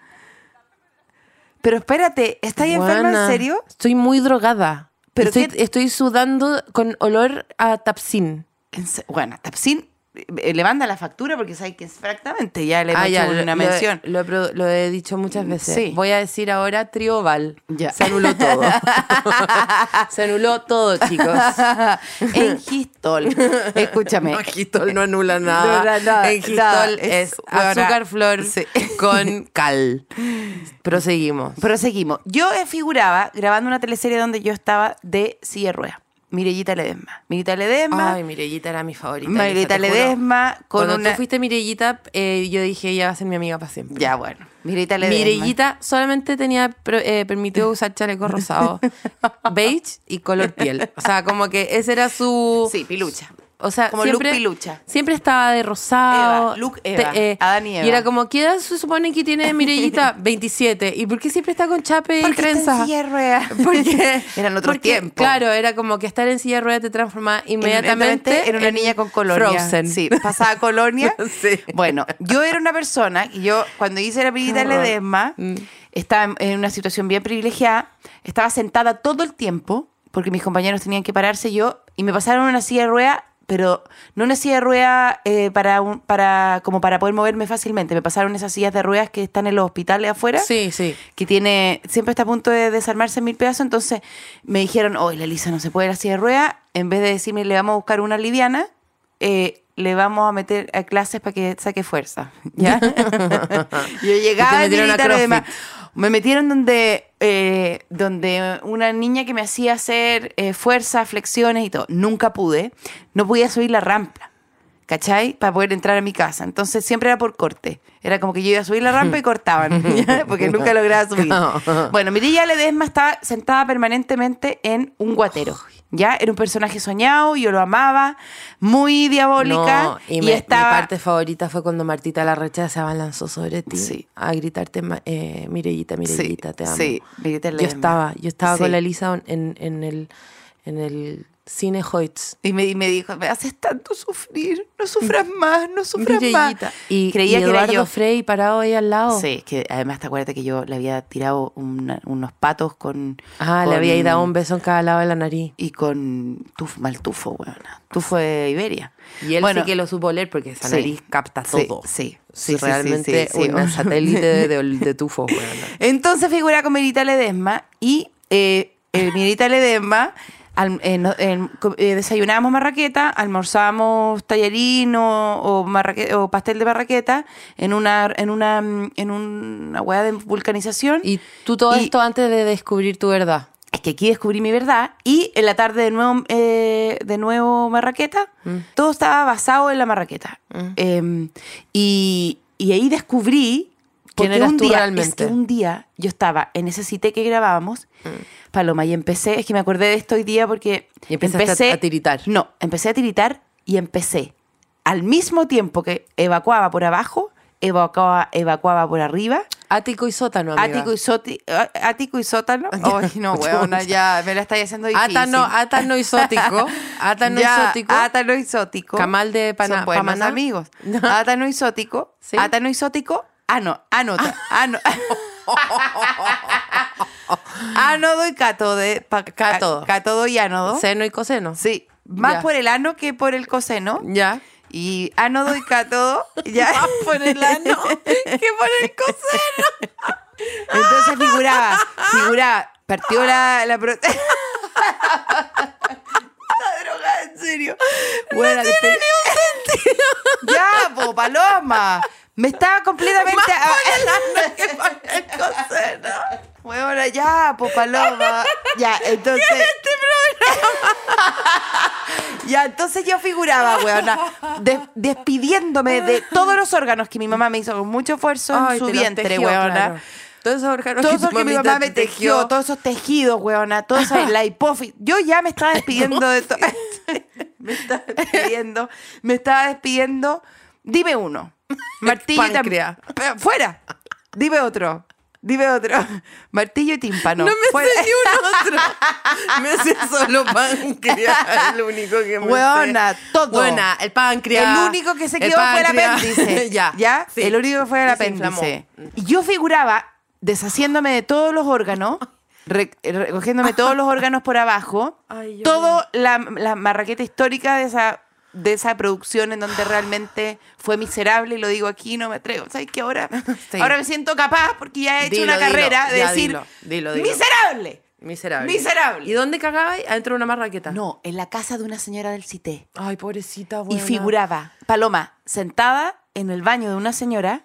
Pero espérate, ¿estás enferma en
Guana,
serio?
Estoy muy drogada.
¿Pero
estoy,
qué-
estoy sudando con olor a tapsin.
En se- Bueno, Tapsin eh, le manda la factura porque sabes que exactamente ya le hemos hecho
Ah, lo-
una
lo-
mención.
Lo, he produ- lo he dicho muchas veces.
Sí.
Voy a decir ahora trioval.
Ya.
Se anuló todo. Se anuló todo, chicos.
en Gistol. Escúchame.
Gistol no anula
No anula nada,
En Gistol
nada.
es,
Es ahora-
azúcar flor
Sí.
con cal. Proseguimos.
Proseguimos. Yo eh, figuraba grabando una teleserie donde yo estaba de silla de ruedas. Mirellita Ledesma. Mirellita Ledesma.
Ay, Mirellita era mi favorita.
Mirellita
Elisa, te juro.
Ledesma con
Cuando
una.
tú fuiste Mirellita, eh, yo dije, ella va a ser mi amiga para siempre.
Ya, bueno. Mirellita Ledesma.
Mirellita solamente tenía pro- eh, permitido usar chaleco rosado, beige y color piel. O sea, como que ese era su.
Sí, pilucha.
O sea,
como
siempre,
look pilucha.
Siempre estaba de rosado. eh,
Eva, look Eva, Adán y Eva.
era como, ¿qué edad se supone que tiene Mirellita? 27. ¿Y por qué siempre está con chape y trenza? Porque
eran otros
porque,
tiempos.
Claro, era como que estar en silla de ruedas te transformaba inmediatamente
inmediatamente era una niña con colonia.
Frozen.
Sí, pasaba a colonia.
Sí.
Bueno, yo era una persona y yo cuando hice la pirita
Qué horror. Mm.
Ledesma estaba en- en una situación bien privilegiada, estaba sentada todo el tiempo porque mis compañeros tenían que pararse yo y me pasaron una silla de rueda pero no una silla de rueda eh, para un, para como para poder moverme fácilmente me pasaron esas sillas de ruedas que están en los hospitales afuera
Sí, sí.
que tiene siempre está a punto de desarmarse en mil pedazos. Entonces me dijeron, hoy la Elisa no se puede ir así de rueda. En vez de decirme, le vamos a buscar una liviana, eh, le vamos a meter a clases para que saque fuerza. ¿Ya? Yo llegaba
Y
y
te metieron a
militar y demás.
CrossFit.
Me metieron donde, eh, donde una niña que me hacía hacer eh, fuerza, flexiones y todo. Nunca pude. No podía subir la rampa. ¿Cachai? Para poder entrar a mi casa. Entonces siempre era por corte. Era como que yo iba a subir la rampa y cortaban. ¿ya? Porque nunca lograba subir. Bueno, Mirilla Ledesma estaba sentada permanentemente en un guatero. ¿Ya? Era un personaje soñado, yo lo amaba, muy diabólica.
No, y,
y,
me-
estaba.
mi parte favorita fue cuando Martita la rechaza se abalanzó sobre ti
Sí.
a gritarte ma- eh, Mirellita, Mirellita, te amo.
sí, Mirellita
yo
Ledesma.
estaba, yo estaba
Sí.
con la Elisa en, en el en el cine Hoyts.
Y me, y me dijo, me haces tanto sufrir, no sufras más, no sufras
Mirellita.
más.
Mm. Y,
creía
y
que era
Eduardo
yo.
Frey parado ahí al lado.
Sí, es que además te acuerdas que yo le había tirado una- unos patos con...
Ah, le
con-
había ido un beso en cada lado de la nariz.
Y con tuf, mal tufo, weona. Tufo de Iberia.
Y él
Bueno,
sí que lo supo leer porque esa
sí.
nariz capta
Sí,
todo.
sí, sí,
Es
sí,
realmente
sí, sí, sí,
un
obvio.
satélite de, de- de tufo. weona.
Entonces figura con Mirita Ledesma y eh, eh, Mirita Ledesma al- eh, no- en- co- eh, desayunábamos marraqueta, almorzábamos tallarín o, o marraque- o pastel de marraqueta en una en una mm, en una hueá de vulcanización.
Y tú todo
Y-
esto antes de descubrir tu verdad.
es que aquí descubrí mi verdad y en la tarde de nuevo, eh, de nuevo marraqueta,
Mm.
todo estaba basado en la marraqueta. Eh, y, y ahí descubrí
¿Quién
porque
eras
un
tú
día,
realmente?
Es que un día yo estaba en ese sitio que grabábamos, Paloma, y empecé, es que me acordé de esto hoy día porque...
Mm. Y empezaste
empecé-
a- a tiritar.
No, empecé a tiritar y empecé. Al mismo tiempo que evacuaba por abajo, evacuaba, evacuaba por arriba.
Ático y sótano, amiga.
Ático y, soti- á- ático y sótano. Ay, no, weona, ya me la estáis haciendo difícil.
Átano, átano isótico. Átano
Ya,
isótico.
Átano isótico.
Camal de pana-
Son buenos
Pamaná.
amigos. Átano isótico.
Sí. Ah.
Átano isótico. Ano, anota. Ano. ánodo y cátodo. pa-
Cátodo.
Cátodo y ánodo.
Seno y coseno.
Sí. Más
Ya.
por el ano que por el coseno.
Ya.
Y ánodo y cátodo. ya.
Más por el ano que por el coseno.
Entonces figuraba, figuraba, partió la, la pro- Está drogada, en serio. Bueno, no tiene Ya, po, paloma. Me estaba completamente. Bueno, ya, po, paloma. Ya, entonces. Ya, entonces yo figuraba, weona, des- despidiéndome de todos los órganos que mi mamá me hizo con mucho esfuerzo en su vientre, weona.
Todo eso, Jorge,
Todo eso que mi mamá me tejió, todos esos tejidos, weona, toda esa, la hipófisis. Yo ya me estaba despidiendo de todo. me estaba despidiendo. Me estaba despidiendo. Dime uno. Martillo y tam-
Páncreas.
Pero, Fuera. Dime otro. Dime otro. Martillo y tímpano.
No me
Fuera.
sé ni un otro. Me sé solo páncreas. El único que me
Weona,
sé.
todo.
Buena, el páncreas.
El único que se
el
quedó fue el
páncreas.
apéndice.
ya.
¿Ya?
sí.
El único que fue el
Y se inflamó.
apéndice. Y yo figuraba deshaciéndome de todos los órganos, re- recogiéndome todos los órganos por abajo,
Ay, yo
toda la, la marraqueta histórica de esa de esa producción en donde realmente fue miserable y lo digo aquí no me atrevo sabes que ahora
Sí.
ahora me siento capaz porque ya he hecho
Dilo,
una
dilo,
carrera de
ya
decir
dilo, dilo, dilo.
miserable
Miserable.
Miserable.
¿Y dónde cagaba? Adentro de una marraqueta.
no en la casa de una señora del cité
Ay, pobrecita,
y
buena.
figuraba Paloma sentada en el baño de una señora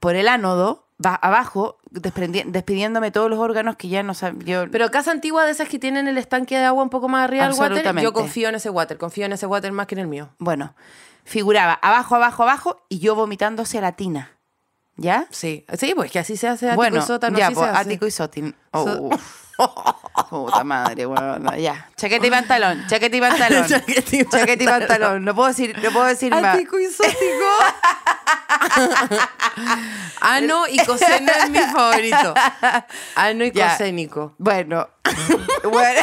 por el ánodo ba- abajo desprendi- despidiéndome todos los órganos que ya no sabía yo
Pero casa antigua de esas que tienen el estanque de agua un poco más arriba del water, yo
Absolutamente.
confío en ese water, confío en ese water más que en el mío.
bueno figuraba abajo abajo abajo y yo vomitando hacia la tina ya
Sí, sí, pues que así se hace ático
bueno
y sótano,
ya
así
pues,
se hace.
ático y sotin oh. puta madre bueno, ya chaqueta y pantalón chaqueta y pantalón
Chaqueta y
chaqueta y pantalón no puedo decir no puedo decir más
Ático y sótico. ano Ah, y coseno es mi favorito. Ano y
Ya.
cosénico.
Bueno, bueno.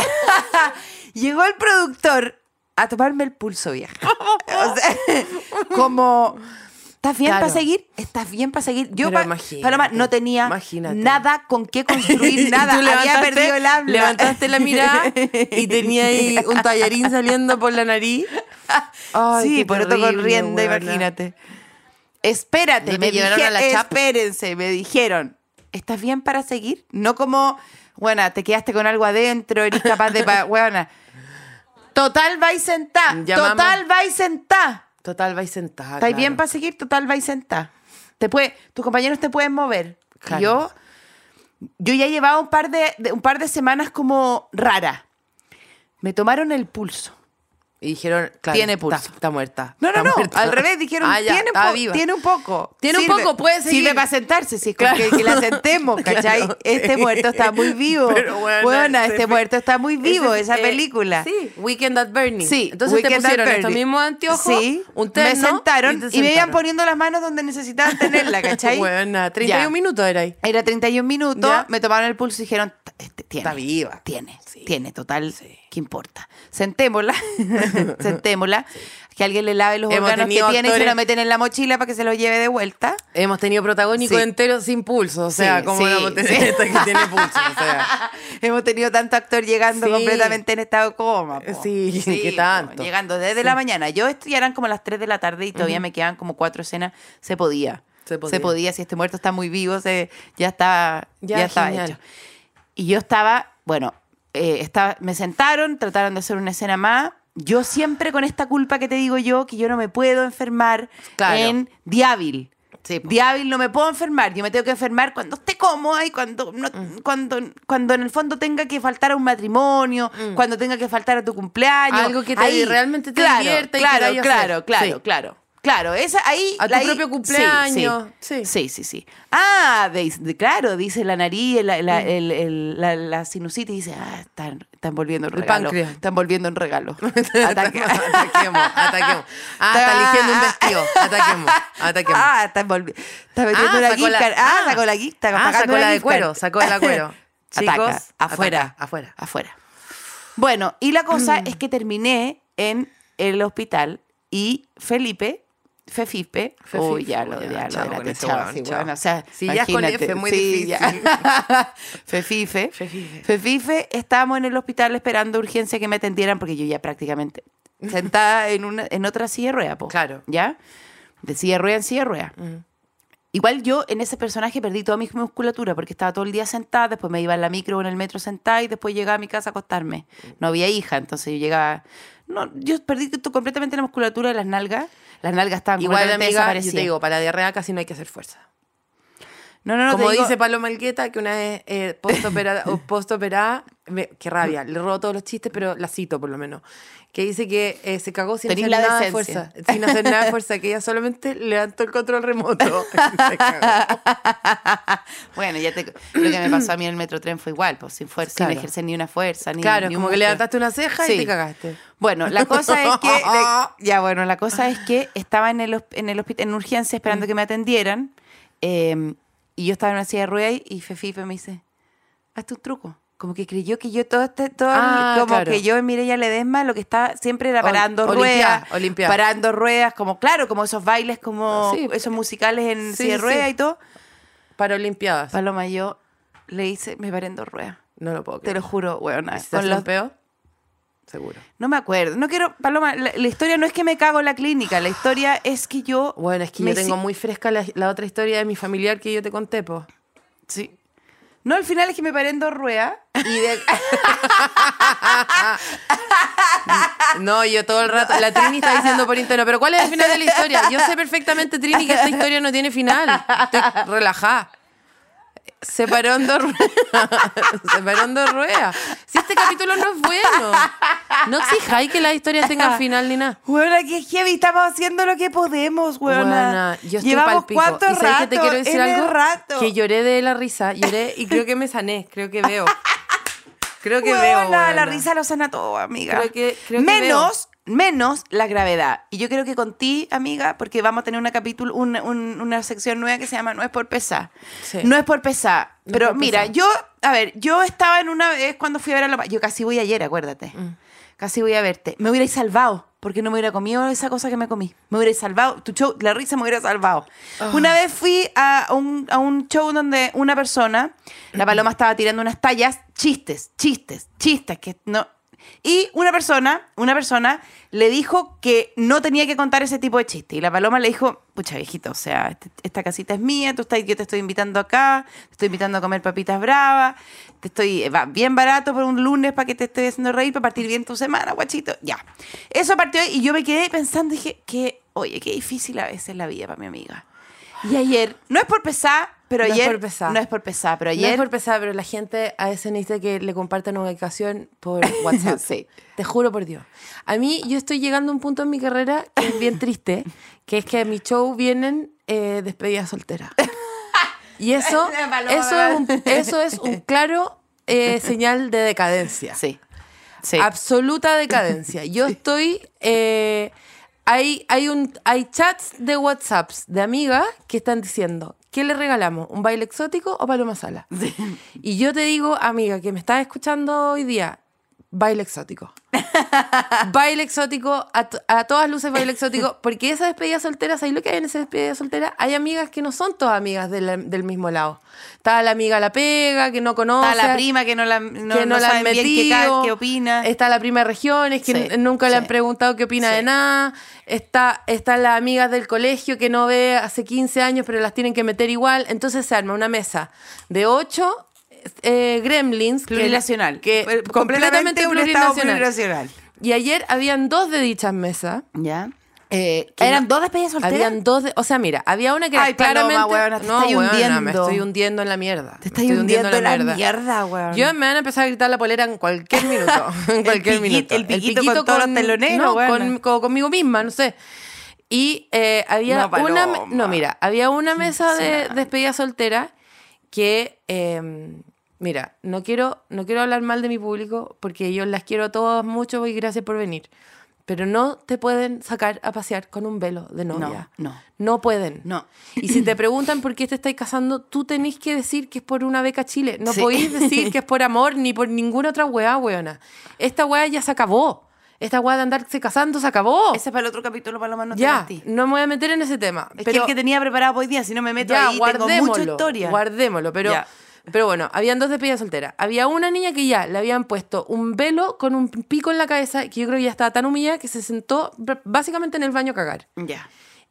llegó el productor a tomarme el pulso, vieja. O sea, como, ¿estás bien
Claro.
para seguir? ¿Estás bien para seguir? Yo,
Pero
pa-
imagínate,
Paloma, no tenía
imagínate.
nada con qué construir,
Y
nada.
tú
Había
levantaste-
perdido el habla.
Levantaste la mirada y tenía ahí un tallarín saliendo por la nariz. Ay,
sí,
qué
por otro
terrible,
corriendo,
huevona.
imagínate. Espérate,
¿No te
me
llevaron
dije-
a la chapa?
espérense, me dijeron, ¿estás bien para seguir? No como, bueno, te quedaste con algo adentro, eres capaz de, pa- huevona. Total va y sentá,
Llamamos.
total va y sentá.
Total, va y sentada.
¿Estás bien para seguir? Total va y sentá. Te puede, tus compañeros te pueden mover. Y
Claro.
Yo, yo ya llevaba un par de- de- un par de semanas como rara. Me tomaron el pulso.
Y dijeron, claro,
Tiene
está-
pulso.
Está, muerta.
No, no,
está
no.
muerta.
Al revés, dijeron,
Ah, ya,
tiene,
está
po-
viva.
tiene un poco.
Tiene un poco, puede seguir.
Sirve para sentarse, si es con
Claro.
que, que la sentemos, ¿cachai?
Claro.
Este muerto está muy vivo.
Pero,
bueno,
bueno,
este
ese-
muerto está muy vivo,
Ese-
esa
eh,
película.
Sí, Weekend at Bernie.
Sí,
Entonces te
Weekend at
pusieron
Bernie.
estos mismos anteojos,
Sí,
un terno.
me sentaron y,
te
me iban
sentaron.
poniendo las manos donde necesitaban tenerla, ¿cachai?
Buena, 31
Ya.
minutos era ahí.
Era 31 minutos,
Ya.
me tomaron el pulso y dijeron, "T- este, tiene,
Está viva.
Tiene,
Sí.
tiene, total,
Sí.
¿qué importa? Sentémosla, sentémosla, que alguien le lave los
Hemos
órganos que
tenido
tiene y se
actores-
lo meten en la mochila para que se lo lleve de vuelta.
Hemos tenido protagónicos
Sí.
enteros sin pulso. O sea,
Sí,
como
sí,
la botella
sí.
esta que tiene pulso. O sea,
Hemos tenido tanto actor llegando
Sí.
completamente en estado de coma. po.
Sí, qué
po,
tanto.
Llegando desde la mañana. Yo esto ya eran como las 3 de la tarde y todavía me quedaban como cuatro escenas. Se podía.
Se podía.
Si este muerto está muy vivo, se, ya está, ya,
Ya,
estaba
genial.
hecho. Y yo estaba, bueno, eh, estaba- me sentaron, trataron de hacer una escena más. Yo siempre con esta culpa que te digo yo, que yo no me puedo enfermar
Claro.
en Diávil.
Sí, po.
Diávil no me puedo enfermar. Yo me tengo que enfermar cuando esté cómoda y cuando, no-
Mm.
cuando, cuando en el fondo tenga que faltar a un matrimonio, cuando tenga que faltar a tu cumpleaños.
Mm. Algo que te- realmente te
claro,
divierta y que
claro,
vaya a
claro,
hacer.
claro,
Sí.
claro. Claro, esa ahí.
A tu
ahí-
propio cumpleaños,
Sí sí.
sí.
sí, sí, sí. Ah, de- de- claro, dice la nariz, la, la-
Mm.
el- el- la- la sinusitis, dice, ah, están, están volviendo un
El
regalo.
páncreas.
Están volviendo un regalo. Ataque.
Ataquemos, ataquemos, ataquemos. Ah, está eligiendo un vestido. Ataquemos, ataquemos.
Ah, está, envolvi- está metiendo la gift card. Ah, sacó la gift, está
Ah,
pagando
sacó la
gift
de
card.
cuero, sacó la de cuero. Chicos,
Ataca, afuera.
ataca, afuera.
Afuera. Bueno, y la cosa
Mm.
es que terminé en el hospital y Felipe, Fefipe,
Fefipe,
uy, ya lo
ya,
de ya lo
chao
de la
con ese
techada,
weón,
sí,
chao.
weón, o sea,
Sí, ya con
imagínate,
F es muy
sí, ya.
difícil.
Fefife.
Fefife.
Fefife, estábamos en el hospital esperando urgencia que me atendieran porque yo ya prácticamente sentada en, una, en otra silla de rueda, po,
Claro.
¿Ya? De silla de rueda en silla de rueda. Igual yo en ese personaje perdí toda mi musculatura porque estaba todo el día sentada, después me iba en la micro o en el metro sentada y después llegaba a mi casa a acostarme. No había hija, entonces yo llegaba... No, yo perdí to- completamente la musculatura de las nalgas. Las nalgas estaban
Igual,
completamente
amiga, yo
desaparecidas.
te digo, para la diarrea casi no hay que hacer fuerza.
no, no, no, te
Como
digo-
dice Paloma Elgueta, que una vez eh, postoperada, o postoperada, me- qué rabia, le robo todos los chistes, pero la cito por lo menos, que dice que eh, se cagó sin
Tenís
hacer
la
nada de
decencia.
fuerza, sin hacer nada de fuerza, que ella solamente levantó el control remoto. Se cagó.
Bueno, ya te, lo que me pasó a mí en el metrotren fue igual, pues sin fuerza,
Claro.
sin ejercer ni una fuerza, ni
claro,
ni un
como que
músculo.
levantaste una ceja
Sí.
y te cagaste.
Bueno, la cosa es que le- ya bueno, la cosa es que estaba en el hosp- en el hospital en urgencia
Mm.
esperando que me atendieran eh, y yo estaba en una silla de ruedas y- y Fefipe me dice, hazte un truco. Como que creyó que yo todo este, todo el-
Ah,
como
claro.
que yo en Mireya Ledesma lo que estaba siempre era
Ol-
parando
Olimpiada,
ruedas,
Olimpiada. Ah,
parando ruedas, como claro, como esos bailes como
Sí. eh,
esos musicales en
Sí,
silla de
sí.
ruedas y todo.
Para Olimpiadas.
Paloma, yo le hice, me paré en dos ruedas.
no lo puedo
Te
creer.
lo juro, weón.
¿Y si te hacen un peo? Seguro.
No me acuerdo. No quiero, Paloma, la, la historia no es que me cago en la clínica, la historia es que yo.
Bueno, es que
me
yo tengo
si-
muy fresca la, la otra historia de mi familiar que yo te conté, po.
sí. No, al final es que me paré en dos ruedas y de.
No, yo todo el rato. La Trini está diciendo por interno, pero ¿cuál es el final de la historia? Yo sé perfectamente, Trini, que esta historia no tiene final. Estoy relajada. Se paró en dos ruedas. Se paró en dos ruedas. Si este capítulo no es bueno. No exijáis que las historias tengan final ni nada.
Weona, que heavy, estamos haciendo lo que podemos, weona.
Buena, yo estoy
Llevamos
palpico.
cuánto
¿Y sabes
rato.
que te quiero decir
en el
algo?
rato.
Que lloré de la risa, lloré y creo que me sané, creo que veo. Creo que veo.
Weona, la
weona.
risa lo sana todo, amiga.
Creo que- creo que
menos, menos la gravedad. Y yo creo que con ti, amiga, porque vamos a tener una capítulo, un- un- una sección nueva que se llama No es por pesar.
Sí.
No es por pesar.
No es
pero
por
mira,
pesar.
yo, a ver, yo estaba en una vez cuando fui a ver a Loma. Yo casi voy ayer, acuérdate. Casi voy a verte. Me hubiera salvado. Porque no me hubiera comido esa cosa que me comí. Me hubiera salvado. Tu show, la risa me hubiera salvado. Una vez fui a un, a un show donde una persona, la paloma estaba tirando unas tallas, chistes, chistes, chistes, que no. Y una persona, una persona le dijo que no tenía que contar ese tipo de chiste. Y la paloma le dijo, pucha viejito, o sea, este- esta casita es mía, tú estás, yo te estoy invitando acá, te estoy invitando a comer papitas bravas, te estoy eh, va, bien barato por un lunes para que te estoy haciendo reír, para partir bien tu semana, guachito. Ya. Eso partió y yo me quedé pensando, dije, que, oye, qué difícil a veces la vida para mi amiga. Y ayer, no es por pesar, pero
No es
ayer...
por pesar.
No es por pesar, pero
No
ayer...
es por pesar, pero la gente a veces necesita que le compartan ubicación por WhatsApp.
Sí.
Te juro por Dios. A mí, yo estoy llegando a un punto en mi carrera que es bien triste, que es que a mi show vienen eh, despedidas solteras. Y eso,
Paloma,
eso, es un, eso es un claro eh, señal de decadencia.
Sí. Sí.
Absoluta decadencia. Yo estoy. eh, hay, hay, un, hay chats de WhatsApps de amigas que están diciendo: ¿Qué le regalamos? ¿Un baile exótico o paloma sala? Y yo te digo, amiga, que me estás escuchando hoy día, baile exótico. baile exótico, a, to- a todas luces baile exótico, porque esa despedida soltera, ¿sabes lo que hay en esa despedida soltera? Hay amigas que no son todas amigas de la- del mismo lado. Está la amiga La Pega, que no conoce.
Está la prima que no la no,
que no,
no
la han
saben bien qué,
metido.
ca- qué opina.
Está la prima de regiones que
Sí,
n- nunca le han
sí.
preguntado qué opina
Sí.
de nada. Está, está la amiga del colegio que no ve hace 15 años, pero las tienen que meter igual. Entonces se arma una mesa de 8 eh, Gremlins. que-
Plurinacional.
Que,
Eh,
completamente
un estado
plurinacional.
plurinacional.
Y ayer habían dos de dichas mesas.
¿Ya?
eh, que
¿Eran
no-
dos despedidas solteras?
Habían dos de- o sea, mira, había una que era
Ay, Paloma,
claramente.
huevona, te
no,
estáis
huevona, me
hundiendo.
estoy hundiendo en la mierda.
Te
Me
estás
estoy
hundiendo en la mierda,
mierda.
huevón.
Yo me van a empezar a gritar la polera en cualquier minuto. en cualquier
piqui-
minuto.
el piquito con todos los teloneros,
no,
huevona.
con- con- conmigo misma, no sé. Y eh, había
No, Paloma.
una. me- No, mira, había una mesa de despedida soltera que. eh, Mira, no quiero, no quiero hablar mal de mi público porque yo las quiero a todas mucho y gracias por venir. Pero no te pueden sacar a pasear con un velo de novia.
no.
No pueden.
No.
Y si te preguntan por qué te estáis casando, tú tenés que decir que es por una beca a Chile. No
Sí.
podéis decir que es por amor ni por ninguna otra weá, weona. Esta weá ya se acabó. Esta weá de andarse casando se acabó.
Ese es para el otro capítulo, Paloma, no
ya,
te metí.
no me voy a meter en ese tema.
Es que
pero
el que tenía preparado hoy día, si no me meto ahí,
ya,
tengo
guardémoslo.
mucha historia.
Guardémoslo, pero,
Ya.
pero bueno, habían dos despedidas solteras. Había una niña que ya le habían puesto un velo con un pico en la cabeza que yo creo que ya estaba tan humillada que se sentó b- básicamente en el baño a cagar.
Ya.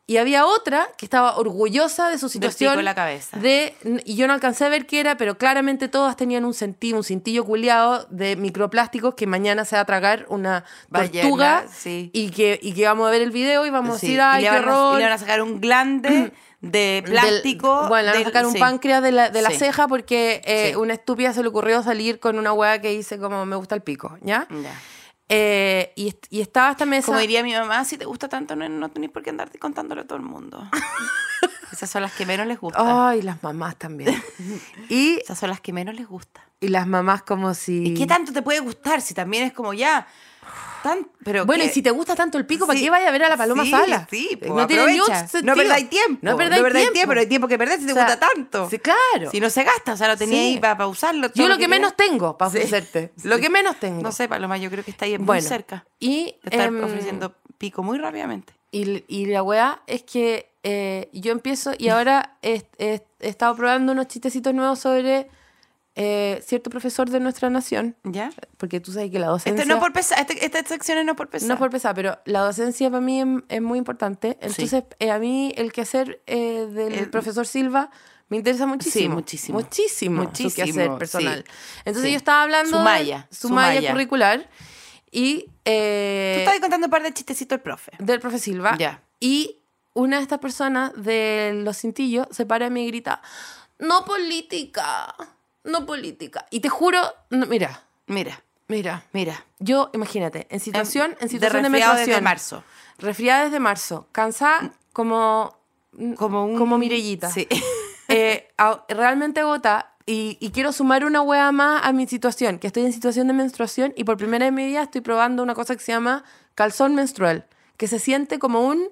Y había otra que estaba orgullosa de su
Del pico
situación.
en la cabeza.
de- y yo no alcancé a ver qué era, pero claramente todas tenían un sentido, un cintillo culiado de microplásticos que mañana se va a tragar una
Ballena,
tortuga
sí.
y, que, y que vamos a ver el video y vamos
Sí, y
a decir,
le
ay, qué
van a-
horror.
y le van a sacar un glande de
del-
plástico.
bueno, le van a
del-
sacar un
sí.
páncreas de la, de la
Sí.
ceja porque eh,
Sí.
una estúpida se le ocurrió salir con una hueá que dice como me gusta el pico, ¿ya?
Ya.
Eh, y, est- y estaba esta
Mm.
mesa.
Como diría mi mamá, si te gusta tanto, no, no tenés por qué andarte contándolo a todo el mundo. Esas son las que menos les gustan.
Ay, las mamás también. y,
Esas son las que menos les gusta.
y las mamás como si.
¿Y qué tanto te puede gustar si también es como ya? Tan, pero
Bueno,
que-
y si te gusta tanto el pico, ¿para
Sí.
qué vaya a ver a la Paloma
Sí,
Sala?
Sí,
Eh,
po,
no tiene ni un
aprovecha.
sentido.
No perdáis tiempo.
No perdáis tiempo.
pero hay tiempo que perdés si te
O sea,
gusta tanto.
sí, claro.
Si no se gasta, o sea, lo tenía
Sí.
ahí para, usarlo. todo
yo lo que menos
queráis.
tengo para
Sí.
ofrecerte. Lo
Sí.
que menos tengo.
No sé, Paloma, yo creo que está ahí muy
Bueno,
cerca.
Y,
Te están
em,
ofreciendo pico muy rápidamente.
y, y la weá es que eh, yo empiezo y ahora he, he- he estado probando unos chistecitos nuevos sobre eh, cierto profesor de nuestra nación.
¿Ya?
Porque tú sabes que la docencia.
Este no por pesar, este- estas secciones no por pesar.
No es por pesar, pero la docencia para mí es, es muy importante. Entonces, eh, a mí el quehacer eh, del
El-
profesor Silva me interesa muchísimo.
muchísimo.
Muchísimo. Su
Muchísimo,
quehacer personal.
sí.
Entonces,
Sí.
yo estaba hablando.
Su
de
malla,
Su,
su
malla
malla.
curricular. Y. eh,
Tú estabas contando un par de chistecitos del profe.
del profe Silva.
Ya.
Y una de estas personas de los cintillos se para y me grita: No política. No política. Y te juro, no- mira,
Mira,
mira.
mira.
Yo, imagínate, en situación, en situación Em, de,
de resfriado
menstruación.
desde marzo.
Resfriada desde marzo. Cansada como.
Como un...
Como Mirellita.
Sí.
eh, a- realmente agota. Y, y quiero sumar una hueá más a mi situación, que estoy en situación de menstruación y por primera vez en mi vida estoy probando una cosa que se llama calzón menstrual, que se siente como un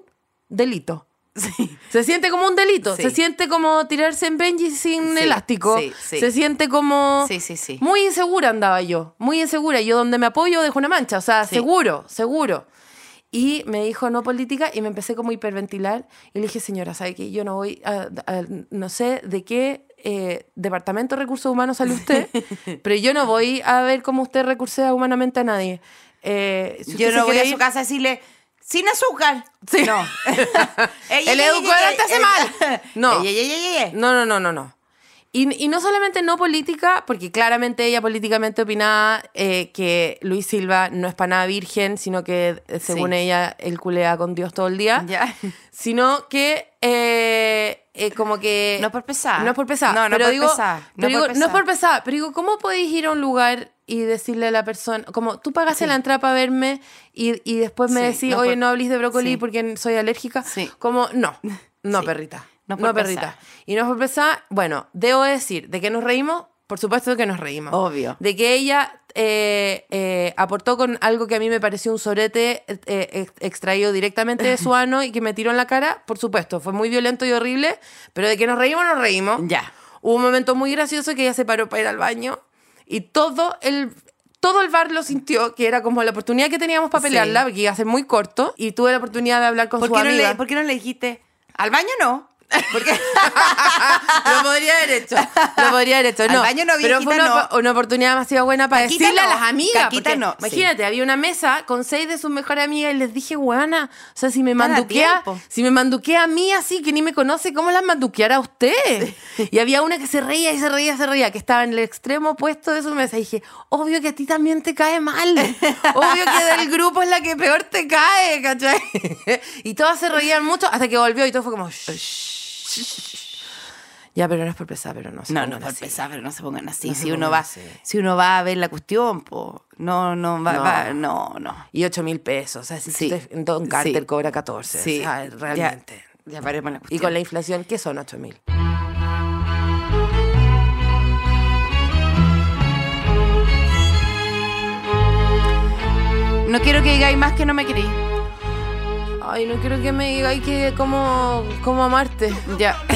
delito.
sí.
Se siente como un delito,
Sí.
se siente como tirarse en Benji sin
Sí,
elástico,
sí, sí.
se siente como...
Sí, sí, sí.
Muy insegura andaba yo, muy insegura. Yo donde me apoyo dejo una mancha, o sea,
Sí.
seguro, seguro. Y me dijo no política y me empecé como a hiperventilar. Y le dije, señora, ¿sabe qué? Yo no voy a, a- no sé de qué eh, departamento de recursos humanos sale usted, pero yo no voy a ver cómo usted recursea humanamente a nadie. Eh, si usted
Yo
se
no voy
quiere
a su
ir-
casa a decirle, sin azúcar.
Sí.
No.
El edulcorante hace mal. No.
No. Ey, ey, ey, ey, ey.
Eh. No, no, no, no, no. Y, y no solamente no política, porque claramente ella políticamente opinaba eh, que Luis Silva no es para nada virgen, sino que eh, según
Sí.
ella él culea con Dios todo el día,
Ya.
Eh, sino que eh, eh, como que...
No es por pesar.
No es por pesar.
No, no
pero
por
digo,
pesar, no
pero
por
digo, No es
pesar.
por pesar, pero digo, ¿cómo podéis ir a un lugar y decirle a la persona, como tú pagaste la entrada para verme y, y después me
Sí,
decís,
no
oye,
por-
no hablís de brócoli
sí.
porque soy alérgica?
Sí.
Como, no, no,
Sí.
perrita. No,
No por
perrita.
pesar.
Y no por pesar, bueno, debo decir, ¿de qué nos reímos? Por supuesto que nos reímos.
Obvio.
De que ella eh, eh, aportó con algo que a mí me pareció un sorete eh, eh, extraído directamente de su ano y que me tiró en la cara, por supuesto. Fue muy violento y horrible, pero de que nos reímos, nos reímos.
Ya.
Hubo un momento muy gracioso que ella se paró para ir al baño y todo el, todo el bar lo sintió, que era como la oportunidad que teníamos para
Sí.
pelearla, porque iba a ser muy corto, y tuve la oportunidad de hablar con
¿Por
su
qué, no
amiga.
le, por qué no le dijiste, al baño no?
Porque lo podría haber hecho. Lo podría haber hecho.
Al
No,
baño no,
pero fue
viejita,
una,
no.
po- una oportunidad demasiado buena para
Caquita
decirle a
no,
las amigas.
caquita
porque
no, sí.
Imagínate, había una mesa con seis de sus mejores amigas y les dije, guana, o sea, si me
Están a
manduquea,
tiempo.
si me manduquea a mí así, que ni me conoce, ¿cómo las manduqueará a usted? Y había una que se reía y se reía, se reía, que estaba en el extremo opuesto de su mesa. Y dije, obvio que a ti también te cae mal. Obvio que del grupo es la que peor te cae, ¿cachai? Y todas se reían mucho hasta que volvió y todo fue como... "Shh". Ya, pero no es por pesar, pero no. se
No,
pongan
no, por
así.
pesar, pero no se pongan así.
No se
si uno
pongan
va,
así.
si uno va a ver la cuestión, po. No, no, va,
No.
va- no, no.
Y 8 mil pesos. O sea, si
Sí.
usted- Don Carter
Sí.
cobra 14.
Sí,
o sea, realmente.
Ya, ya paremos la
Y
cuestión.
con la inflación, ¿qué son 8 mil?
No quiero que digáis más que no me queréis.
Ay, no quiero que me diga, ay, que cómo, cómo amarte.
Ya.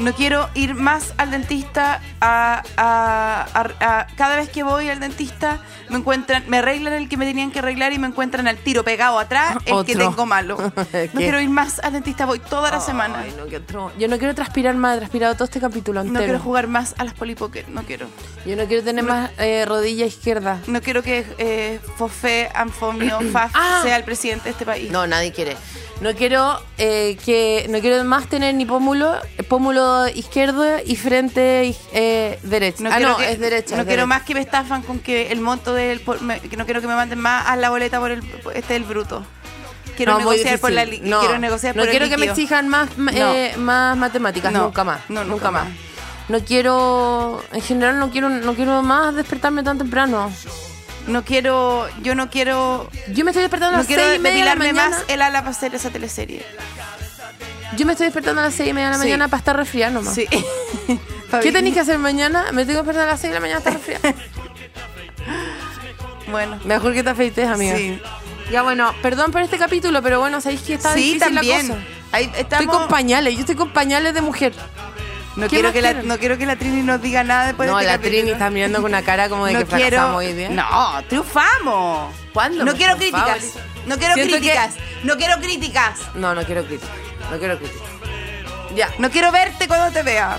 No quiero ir más al dentista. A, a- a- a- cada vez que voy al dentista, me encuentran, me arreglan el que me tenían que arreglar y me encuentran al tiro pegado atrás, el que
Otro.
tengo malo.
¿Qué?
No quiero ir más al dentista, voy toda la semana.
Ay, no, qué otro- Yo no quiero transpirar más, he transpirado todo este capítulo
No
entero.
quiero jugar más a las polipocket, no quiero.
Yo no quiero tener más eh, rodilla izquierda.
No quiero que eh, Fofé, Anfomio, Faf
Ah.
sea el presidente de este país.
No, nadie quiere. No quiero eh, que no quiero más tener ni pómulo, eh, pómulo izquierdo y frente eh, derecha. ah,
quiero
no,
que-
es derecha.
No
es
quiero
derecha.
más que me estafan con que el monto del. por- me- que no quiero que me manden más a la boleta por el. por este del bruto. Quiero
No, muy
negociar por la. li-
difícil. No,
quiero negociar
no
por el
quiero que me
líquido.
exijan más, ma-
No.
eh, más matemáticas,
No,
nunca más.
no,
No,
nunca
nunca
más.
más. No quiero, en general no quiero, no quiero más despertarme tan temprano.
No quiero. Yo no quiero.
Yo me estoy despertando a
No
las
quiero
seis y media de la
depilarme
mañana.
más el ala para hacer esa teleserie.
Yo me estoy despertando a las seis y media de la
Sí.
mañana para estar resfriada nomás.
Sí.
¿Qué tenéis que hacer mañana? Me tengo que despertar a las seis de la mañana para estar resfriada.
Bueno.
Mejor que te afeites, amiga.
Sí.
Ya bueno, perdón por este capítulo, pero bueno, sabéis que está
Sí,
difícil
también.
la cosa.
Ahí
Estoy
estamos-
con pañales, yo estoy con pañales de mujer.
no,
¿Qué
quiero
más
que la,
quieren?
no quiero que la Trini nos diga nada después
no,
de este
la
capítulo.
Trini está mirando con una cara como de
no
que
quiero,
fracasamos hoy día.
No, triunfamos.
¿Cuándo
No
me
quiero
triunfaba?
críticas. No quiero
Siento que-
críticas. No quiero críticas.
No, no quiero crítica. No quiero crítica. Ya.
No quiero verte cuando te vea.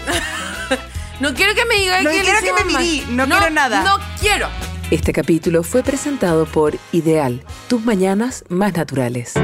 No quiero que me digas
No
que le
quiero que
hicimos
me
mal.
mirí, no quiero nada.
No quiero.
Este capítulo fue presentado por Ideal, tus mañanas más naturales.